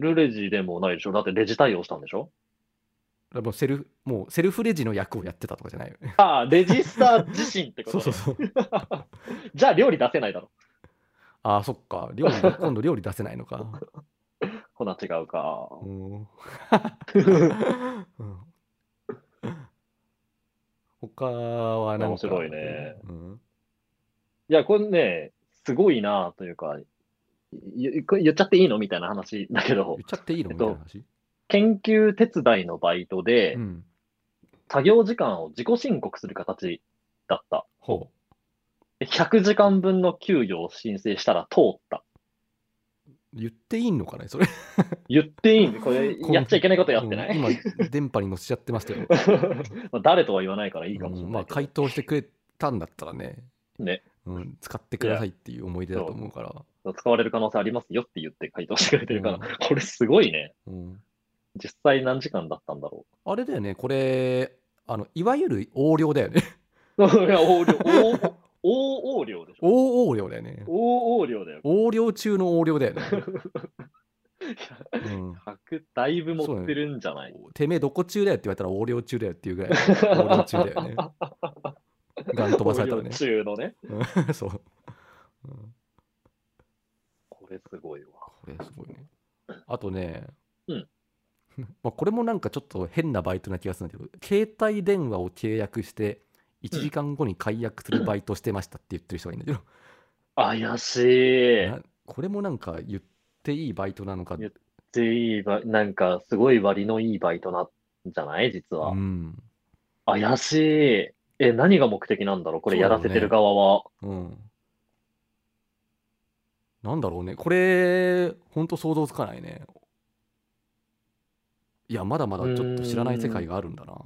S2: ルレジでもないでしょ。だってレジ対応したんで しょ
S1: だからもうセルフもうセルフレジの役をやってたとかじゃないよね
S2: ああ、レジスター自身ってこと、
S1: そう
S2: ね、
S1: そうそう
S2: じゃあ料理出せないだろ。
S1: ああそっか料理だ今度料理出せないの か
S2: ほな違うか。
S1: うん うん 他はなんか
S2: 面白いね
S1: うん
S2: いや、これね、すごいなというか、いこれ言っちゃっていいのみたいな話だけ
S1: 言
S2: ど
S1: っ、ちゃっていいの
S2: えっ
S1: み
S2: と
S1: たいな話、
S2: 研究手伝いのバイトで、
S1: うん。
S2: 作業時間を自己申告する形だった。
S1: ほ
S2: で100時間分の給与を申請したら通った。
S1: う。言っていいのかねそれ。
S2: 言っていいんで、これ
S1: こん
S2: やっちゃいけないことやってない、
S1: うん今、電波に乗せちゃってましたよ。
S2: まあ誰とは言わない からいいかもし
S1: う
S2: れ
S1: んま
S2: な
S1: あ、
S2: いけど、
S1: 回答してくれたんだったらね。
S2: ね
S1: うん、使ってくださいっていう思い出だと思うから。
S2: 使われる可能性ありますよって言って回答してくれてるから、
S1: うん
S2: これすごいね。
S1: うん、
S2: 実際何時間だったんだろ
S1: あれだよね、これ、あのいわゆる横領だよね。
S2: う。 いや、横領、大大横領でしょ。
S1: 大横領だよね。
S2: 大横領だよ。
S1: 横領中の横領だよね。 うん
S2: 100だいぶ持ってるんじゃない、
S1: てめえどこ中だよって言われたら横領中だよっていうぐらい横領中だよ ね。ガン飛ばされたらね
S2: 横領。中のね。
S1: うん そう。うん
S2: これすごいわ。
S1: これすごいね。あとね、
S2: うん
S1: まあこれもなんかちょっと変なバイトな気がするんだけど、携帯電話を契約して、1時間後に解約するバイトしてましたって言ってる人がいるんだけ
S2: 怪し
S1: ど、
S2: い。
S1: なこれもなんか言っていいバイトなのか、
S2: 言っで、いいバイなんか、すごい割のいいバイトなんじゃない実は
S1: う。ん。
S2: 怪しい。え、何が目的なんだろうこれ
S1: そう
S2: や
S1: だろう
S2: ら
S1: ね
S2: せてる側は。
S1: うん。なんだろうね、これ、ほんと想像つかないね。いや、まだまだちょっと知らない世界があるんだな。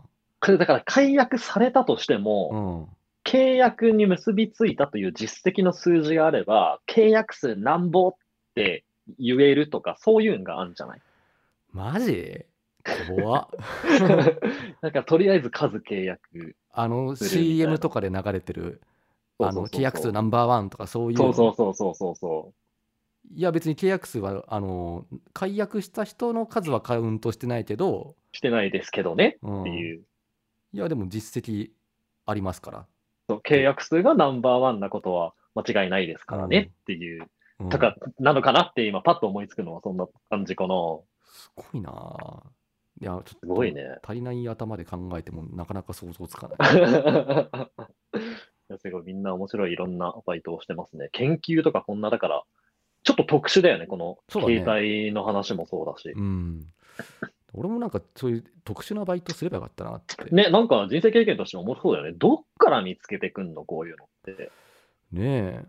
S2: これだから解約されたとして
S1: うん。
S2: も、契約に結びついたという実績の数字があれば、契約 数なんぼって言えるとか、そういうんがあるんじゃない
S1: マジ怖っ
S2: なんかとりあえず数契約。
S1: あの
S2: するみたいな
S1: CM とかで流れてる
S2: そう
S1: あ
S2: そう
S1: の
S2: そう
S1: 契約数ナンバーワンとかそういう
S2: そ
S1: の
S2: うそうそうそうそうそ
S1: いや別に契約数はあの解約した人の数はカウントしてないけど、
S2: う。してないですけどね
S1: うん
S2: って
S1: い
S2: いう。
S1: やでも実績ありますから、
S2: そう契約数がナンバーワンなことは間違いないですから
S1: うん
S2: ねっていう。
S1: うん
S2: とか、なのかなって今パッと思いつくのはそんな感じかな。
S1: すごいなあいやちょっと
S2: すごいね。
S1: 足りない頭で考えてもなかなか想像つかない
S2: いやすごい、みんな面白いいろんなバイトをしてますね。研究とかこんな、だから、ちょっと特殊だよね、この
S1: そうだね
S2: 携帯の話もそうだし。
S1: うん俺もなんかそういう特殊なバイトすればよかったなって
S2: ね、なんか人生経験としても面白そうだよね。どっから見つけてくんの、こういうのって。
S1: ねえ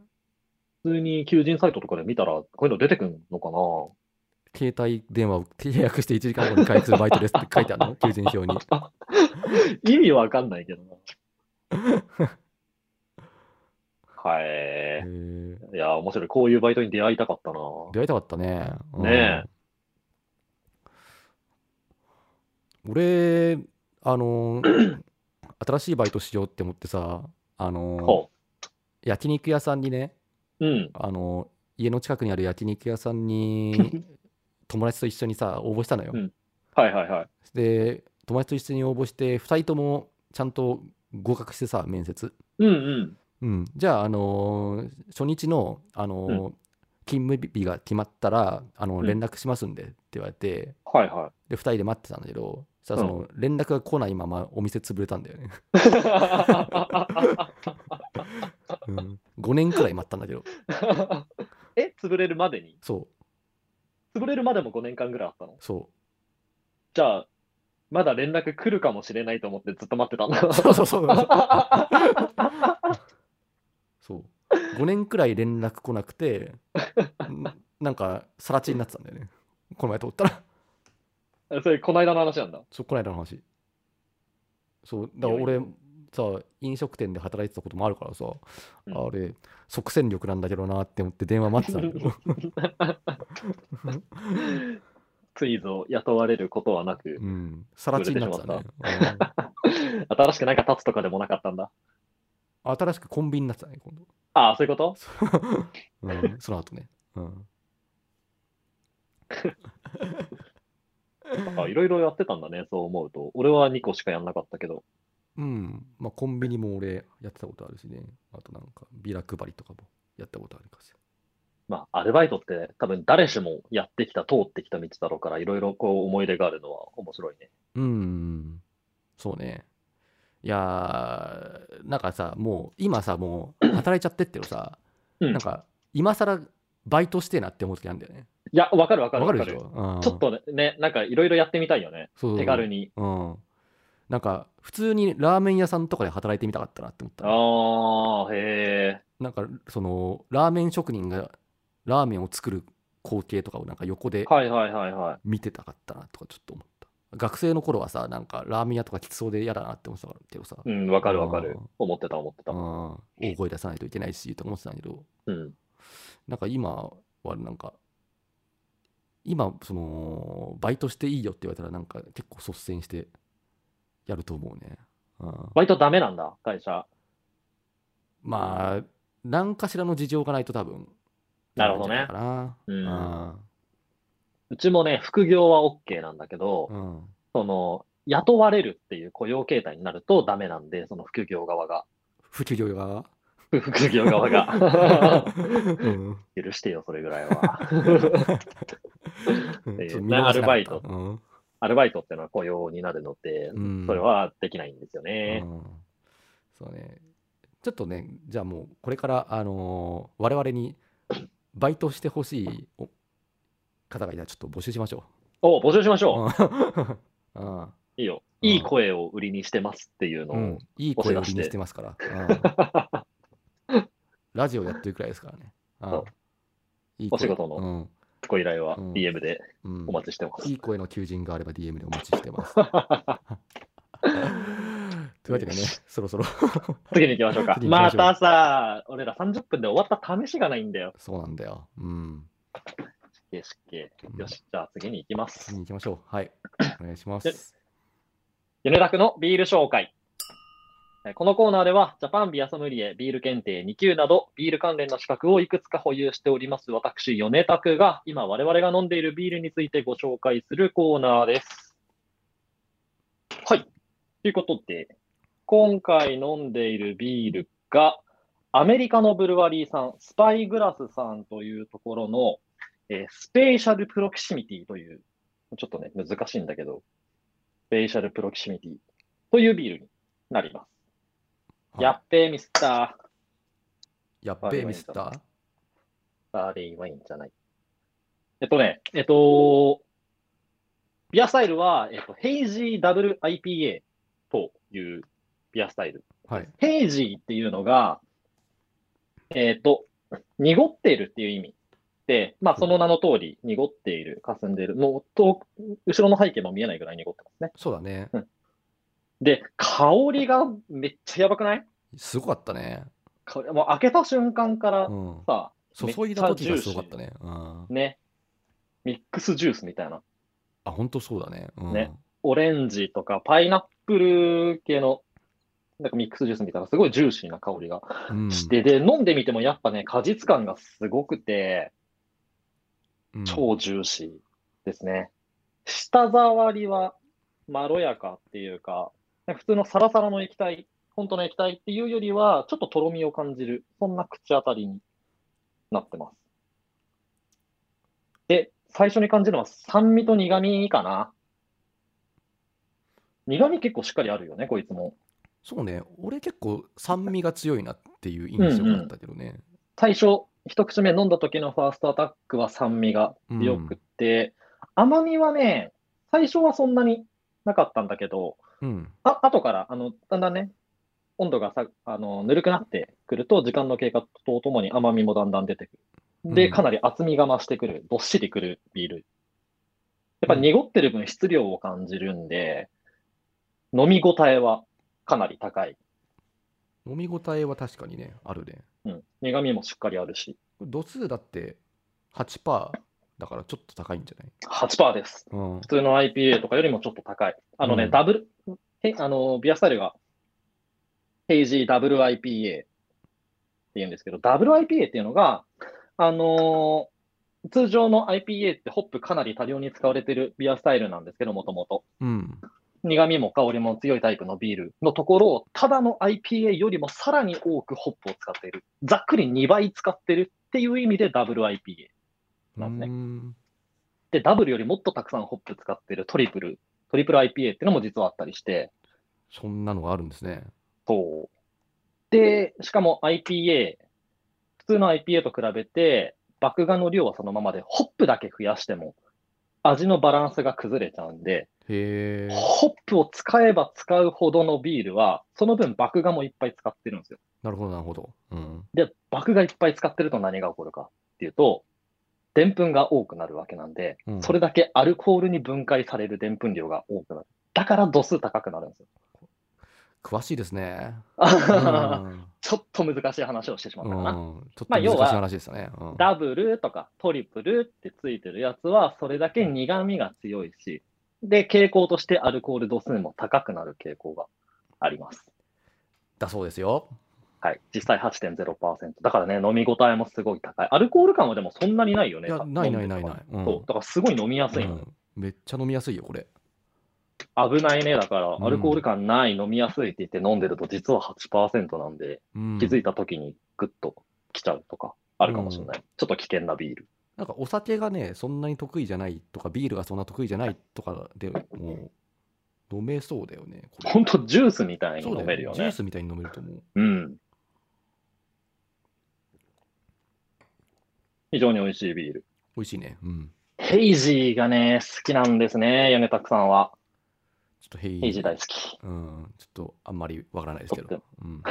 S2: 普通に求人サイトとかで見たら、こういうの出てくんのかな
S1: 携帯電話を契約して1時間後に開通バイトですって書いてあるの求人票 に
S2: 意味わかんないけど な。はい。
S1: へえ
S2: いや、面白い。こういうバイトに出会いたかったな。
S1: 出会いたかったね。うん
S2: ね
S1: 俺、あの ー新しいバイトしようって思ってさ、あのー
S2: ほ
S1: 焼肉屋さんにね、
S2: う。うん。
S1: あのー家の近くにある焼肉屋さんに 友達と一緒にさ、応募したのよ。
S2: うんはいはいはい。
S1: で、友達と一緒に応募して、2人ともちゃんと合格してさ、面接。
S2: うんうん。
S1: うん、じゃあ、あのー初日の、あのー
S2: う
S1: 勤務日が決まったら、あの
S2: うん
S1: 連絡しますんでって言われて、
S2: は いはい。
S1: で2人で待ってたんだけどそしたらその連絡が来ないままお店潰れたんだよね、 うん、5年くらい待ったんだけど
S2: え、潰れるまでに
S1: そ
S2: 潰れるまでも5年間ぐらいあったの
S1: うそ
S2: じゃあ、まだ連絡来るかもしれないと思ってずっと待ってたんだ。
S1: うそうそうそうそうそう5年くらい連絡来なく てななんかさらちになってたんだよねこの前通ったら
S2: それ、この間の話なんだ。
S1: そうこの間の話そうだから
S2: いや
S1: 俺さ飲食店で働いてたこともあるからさ、
S2: うん
S1: あれ即戦力なんだけどなって思って電話待ってたんだ けど、
S2: ツイズを雇われることはなく
S1: う、ん、さらちになってたね、うん
S2: 新しくなんか立つとかでもなかったんだ。
S1: 新しくコンビニになってたね、今度。
S2: ああ、そういうこと
S1: うん、その後ね。うん、
S2: あいろいろやってたんだね、そう思うと。俺は2個しかやんなかったけど。
S1: うん。まあ、コンビニも俺やってたことあるしね。あとなんか、ビラ配りとかもやったことあるかし
S2: まあ、アルバイトって多分誰しもやってきた、通ってきた道だろうから、いろいろこう思い出があるのは面白いね。
S1: ら。うん。そうね。いやー、なんかさ、もう、今さ、もう、働いちゃってってのさ、
S2: うん
S1: なんか、今更バイトしてえなって思う時あるんだよね。
S2: いや、わかるわか
S1: わ
S2: る
S1: か
S2: わ
S1: るで
S2: か
S1: し
S2: る。
S1: ょ、うん
S2: ちょっとね、なんかいろいろやってみたいよね。
S1: そうそうそう
S2: 手軽に。
S1: うん。なんか、普通にラーメン屋さんとかで働いてみたかったなって思ったね。
S2: ああ、へえ。
S1: なんかそのラーメン職人がラーメンを作る光景とかをなんか横で
S2: はいはいはいはい。
S1: 見てたかったなとかちょっと思った、学生の頃はさなんかラーメン屋とかきつそうで嫌だなって思ってたけどさ、う
S2: うん、わかるわかる
S1: あー。
S2: 思ってた思ってた。
S1: ん大声出さないといけないしとか思ってたんだけど
S2: うん。
S1: なんか今はなんか今そのバイトしていいよって言われたらなんか結構率先してやると思うね、うん、
S2: バイトダメなんだ、会社。
S1: まあ何かしらの事情がないと多分
S2: なるほどね
S1: ダメなんじゃないか
S2: うん
S1: な
S2: うちもね、副業は OK なんだけど、
S1: うん、うん
S2: その、雇われるっていう雇用形態になるとダメなんで、その副業側が。
S1: 不給料が
S2: 副業側が。
S1: うん
S2: 許してよ、それぐら いは。
S1: うん
S2: ちょっと見逃せなかった
S1: アルバイトうん
S2: アルバイトってのは雇用になるので、
S1: うん
S2: それはできないんですよね。
S1: そうね。ちょっとね、じゃあもうこれから、あのー我々にバイトしてほしいお方がいたらちょっと募集しましょ
S2: お募集しまし
S1: う。
S2: ょ
S1: うんうん
S2: う。いいよ。
S1: うん
S2: いい声を売りにしてますっていうのを。
S1: うんいい声を売りにしてますから。うんラジオやってるくらいですからね。うん
S2: そう
S1: いい
S2: お
S1: 声
S2: 仕事のご依頼は
S1: うん
S2: DM で
S1: うんうん
S2: お待ちしてます。
S1: いい声の求人があれば DM でお待ちして ます。というわけでね、そろそろ
S2: 次に行きましょうか。
S1: 次に行きま
S2: ま
S1: しょう
S2: たさ、俺ら30分で終わった試しがないんだよ。
S1: そうなんだよ。うん。
S2: い形式系
S1: う。ん
S2: よし、じゃあ次に行きます
S1: 次。に行きましょう。はい。お願いしま。
S2: です米田区のビール紹介。えーこのコーナーでは、ジャパンビアソムリエビール検定2級など、ビール関連の資格をいくつか保有しております、私、米田区が、今我々が飲んでいるビールについてご紹介するコーナーです。はい。ということで、今回飲んでいるビールが、アメリカのブルワリーさん、スパイグラスさんというところの、えースペーシャルプロキシミティという、ちょっとね、難しいんだけど、スペーシャルプロキシミティというビールになります。
S1: はい
S2: やっべーミスター。
S1: やっべえ、ミスター。
S2: バーレイワインじゃない。えっとね、えっと、ビアスタイルは、えっと、ヘイジーダブル IPA というビアスタイル。
S1: はい。
S2: ヘイジーっていうのが、えっと、濁っているっていう意味で、まあ、その名の通り、濁っている、霞んでいる、もう遠く、後ろの背景も見えないぐらい濁ってますね。
S1: そうだね。
S2: で、香りがめっちゃやばくない
S1: すごかったね。
S2: 香りもう開けた瞬間から
S1: うん。
S2: さ、
S1: 注いだ時がすごかったね。うん。
S2: ね、ミックスジュースみたいな、
S1: あ、本当そうだね。うん。
S2: ねオレンジとかパイナップル系のなんかミックスジュースみたいな、すごいジューシーな香りが
S1: うん、
S2: して、で、飲んでみてもやっぱね、果実感がすごくて、
S1: うん
S2: 超ジューシーですね。舌触りはまろやかっていうか、普通のサラサラの液体、本当の液体っていうよりは、ちょっととろみを感じる、そんな口当たりになってます。で、最初に感じるのは酸味と苦味かな。苦味結構しっかりあるよね、こいつも。
S1: そうね。俺結構酸味が強いなっていう印象だったけどね。
S2: 最初、一口目飲んだ時のファーストアタックは酸味が強くて、甘みはね、最初はそんなになかったんだけど、
S1: うん。
S2: あ後からあのだんだんね、温度がさあのぬるくなってくると、時間の経過とともに甘みもだんだん出てくる。
S1: う
S2: で、
S1: ん
S2: かなり厚みが増してくる、どっしりくるビール。やっぱ濁ってる分、質量を感じるんで、飲み応えはかなり高い。
S1: 飲み応えは確かにね、あるね。
S2: うん、苦味もしっかりあるし、
S1: 度数だって8%だからちょっと高いんじゃない
S2: 8%です。
S1: うん
S2: 普。通の IPA とかよりもちょっと高い。あのね、
S1: うん
S2: ダブル、へあの、ビアスタイルが、ヘイジーダブル IPA って言うんですけど、ダブル IPA っていうのが、あのー通常の IPA ってホップかなり多量に使われてるビアスタイルなんですけど、もともと。
S1: うん。
S2: 苦味も香りも強いタイプのビールのところを、ただの IPA よりもさらに多くホップを使っている。ざっくり2倍使ってるっていう意味でダブル IPA。なんですね
S1: うん
S2: で、ダブルよりもっとたくさんホップ使ってるトリプル、トリプル IPA っていうのも実はあったりして、
S1: そんなのがあるんですね。
S2: そう。で、しかも IPA、普通の IPA と比べて、麦芽の量はそのままで、ホップだけ増やしても、味のバランスが崩れちゃうんで、
S1: へえ。
S2: ホップを使えば使うほどのビールは、その分麦芽もいっぱい使ってるんですよ。
S1: なるほど、なるほど。うん。
S2: で、麦芽いっぱい使ってると何が起こるかっていうと、でんぷんが多くなるわけなんで、
S1: うん
S2: それだけアルコールに分解されるでんぷん量が多くなる。だから度数高くなるんですよ。
S1: 詳しいです ね。うん
S2: ちょっと難しい話をしてしまっ
S1: う
S2: たかな。
S1: ん、ちょっと
S2: まあ
S1: 難し
S2: 要
S1: い
S2: は
S1: 話でしたね。うん
S2: ダブルとかトリプルってついてるやつは、それだけ苦味が強いし、で、傾向としてアルコール度数も高くなる傾向があります。
S1: だそうですよ。
S2: はい。実際8.0%。だからね、飲み応えもすごい高い。アルコール感はでもそんなにないよね。
S1: いや、
S2: た
S1: ないないない
S2: 飲んで
S1: な
S2: た
S1: い。う
S2: ら
S1: ん
S2: そう。だからすごい飲みやすいのよ、
S1: うんめっちゃ飲みやすいよ、これ。
S2: 危ないね。だから
S1: う、ん
S2: アルコール感ない、飲みやすいって言って飲んでると、実は8%なんで、
S1: うん
S2: 気づいた時にグッと来ちゃうとか、あるかもしれない。ちょっと危険なビール。
S1: なんかお酒がね、そんなに得意じゃないとか、ビールがそんな得意じゃないとかでもう飲めそうだよね。これ
S2: 本当ジュースみたいに
S1: そうだ
S2: 飲めるよ
S1: ジュー
S2: ね。
S1: スみたいに飲めると思う。
S2: うん。非常に美味しいビール。
S1: 美味しいね。うん。
S2: ヘイジーがね、好きなんですね、米拓さんは。
S1: ちょっとヘイ
S2: ヘイジー大好き。
S1: うん、ちょっとあんまりわからないですけ
S2: ちょっ
S1: ど。うん。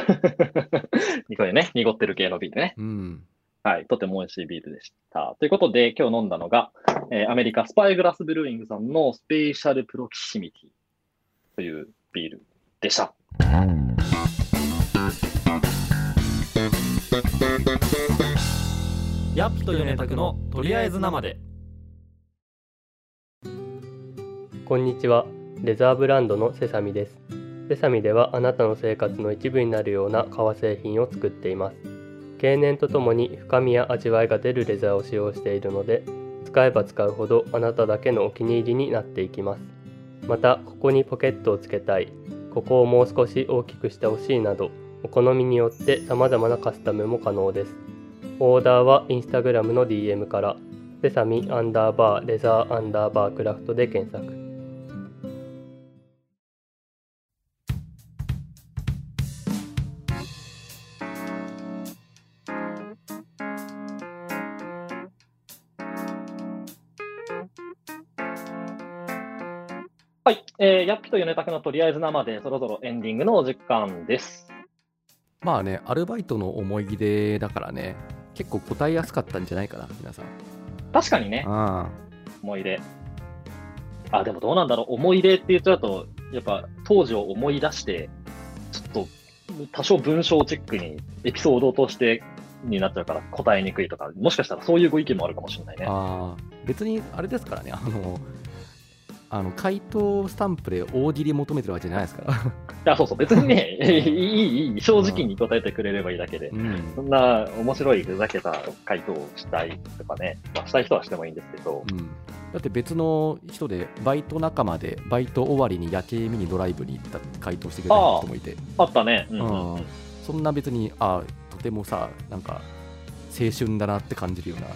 S2: これね、濁ってる系のビールね。
S1: うん。
S2: はい、とても美味しいビールでした。ということで、今日飲んだのが、えーアメリカスパイグラスブルーイングさんのスペーシャルプロキシミティというビールでした。
S3: ヤッピとヨネタクのとりあえず生でこんにちは。レザーブランドのセサミです。セサミではあなたの生活の一部になるような革製品を作っています。経年とともに深みや味わいが出るレザーを使用しているので、使えば使うほどあなただけのお気に入りになっていきます。また、ここにポケットをつけたい、ここをもう少し大きくしてほしいなど、お好みによって様々なカスタムも可能です。オーダーは Instagram の DM から、セサミアンダーバーレザーアンダーバークラフトで検索。
S2: はい。えー、ヤッピとヨネタクのとりあえず生でそろそろエンディングのお時間です。
S1: まあね、アルバイトの思い出だからね、結構答えやすかったんじゃないかな、皆さん。
S2: 確かにね、
S1: あ
S2: 思い出。あ、でもどうなんだろう。思い出って言っちゃうと、やっぱ当時を思い出して、ちょっと多少文章チェックにエピソードとしてになっちゃうから答えにくいとか、もしかしたらそういうご意見もあるかもしれないね。
S1: あー別にあれですからね、あの、あの回答スタンプで大喜利求めてるわけじゃないですから。
S2: あ、そうそう。別 にね、いい、いい、正直に答えてくれればいいだけで。
S1: うん
S2: そんな面白いふざけた回答をしたいとかね、まあ、したい人はしてもいいんですけど、
S1: うん、だって別の人でバイト仲間でバイト終わりに夜景見にドライブに行ったって回答してくれた人もいて、
S2: あったね。うんうん
S1: う
S2: うん
S1: ん、そんな別にあーとてもさなんか青春だなって感じるような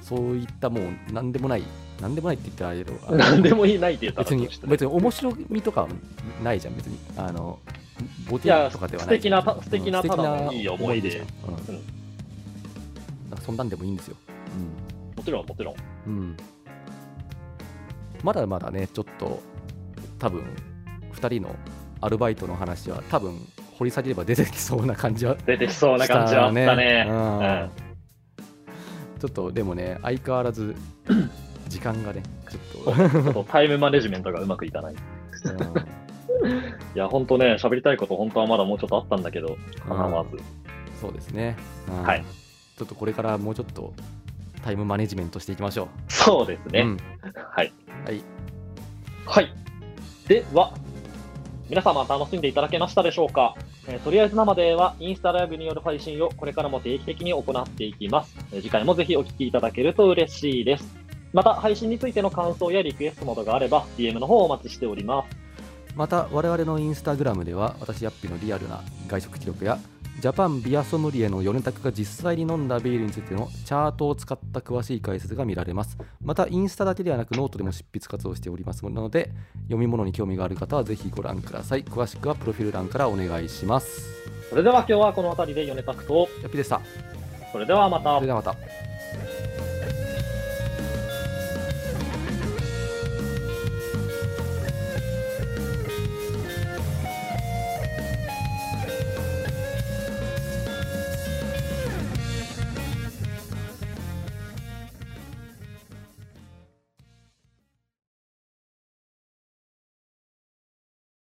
S1: そういったもう何でもない何でもないって言ったらあれだけどあの
S2: 何でもいいないって言ったら
S1: 別に
S2: ちょっとね
S1: 別に面白みとかはないじゃん別にあのボ
S2: い
S1: ティ
S2: や
S1: とかではないじゃん
S2: 素敵な素敵な
S1: うん素敵
S2: ただのいい思い出
S1: じゃんうん
S2: うん
S1: だからそんなんでもいいんですよ、
S2: もちろんもちろん。
S1: うんうん、まだまだねちょっと多分2人のアルバイトの話は多分掘り下げれば出てきそうな感じは
S2: 出てきそうな感じはあったね。うん
S1: うんちょっとでもね相変わらず時間がねちょっ
S2: ちょっとタイムマネジメントがうまくいかない。い
S1: と、うん
S2: や、ほんとね、喋りたいこと、本当はまだもうちょっとあったんだけど、かなわず。
S1: そうですね、うん
S2: はい
S1: ちょっとこれからもうちょっとタイムマネジメントしていきましょ
S2: そうです
S1: う
S2: ね、
S1: うん
S2: はい。
S1: はい
S2: はい。では、皆様楽しんでいただけましたでしょうか、えーとりあえず生ではインスタライブによる配信をこれからも定期的に行っていきます。えー次回もぜひお聞きいただけると嬉しいです。また、配信についての感想やリクエストなどがあれば、DM の方をお待ちしております。
S1: また我々のインスタグラムでは私ヤッピのリアルな外食記録やジャパンビアソムリエの米拓が実際に飲んだビールについてのチャートを使った詳しい解説が見られますまたインスタだけではなくノートでも執筆活動しておりますので読み物に興味がある方はぜひご覧ください詳しくはプロフィール欄からお願いします
S2: それでは今日はこの辺りで米ネタクと、
S1: ヤッピでした
S2: それではまた
S1: それ。ではまた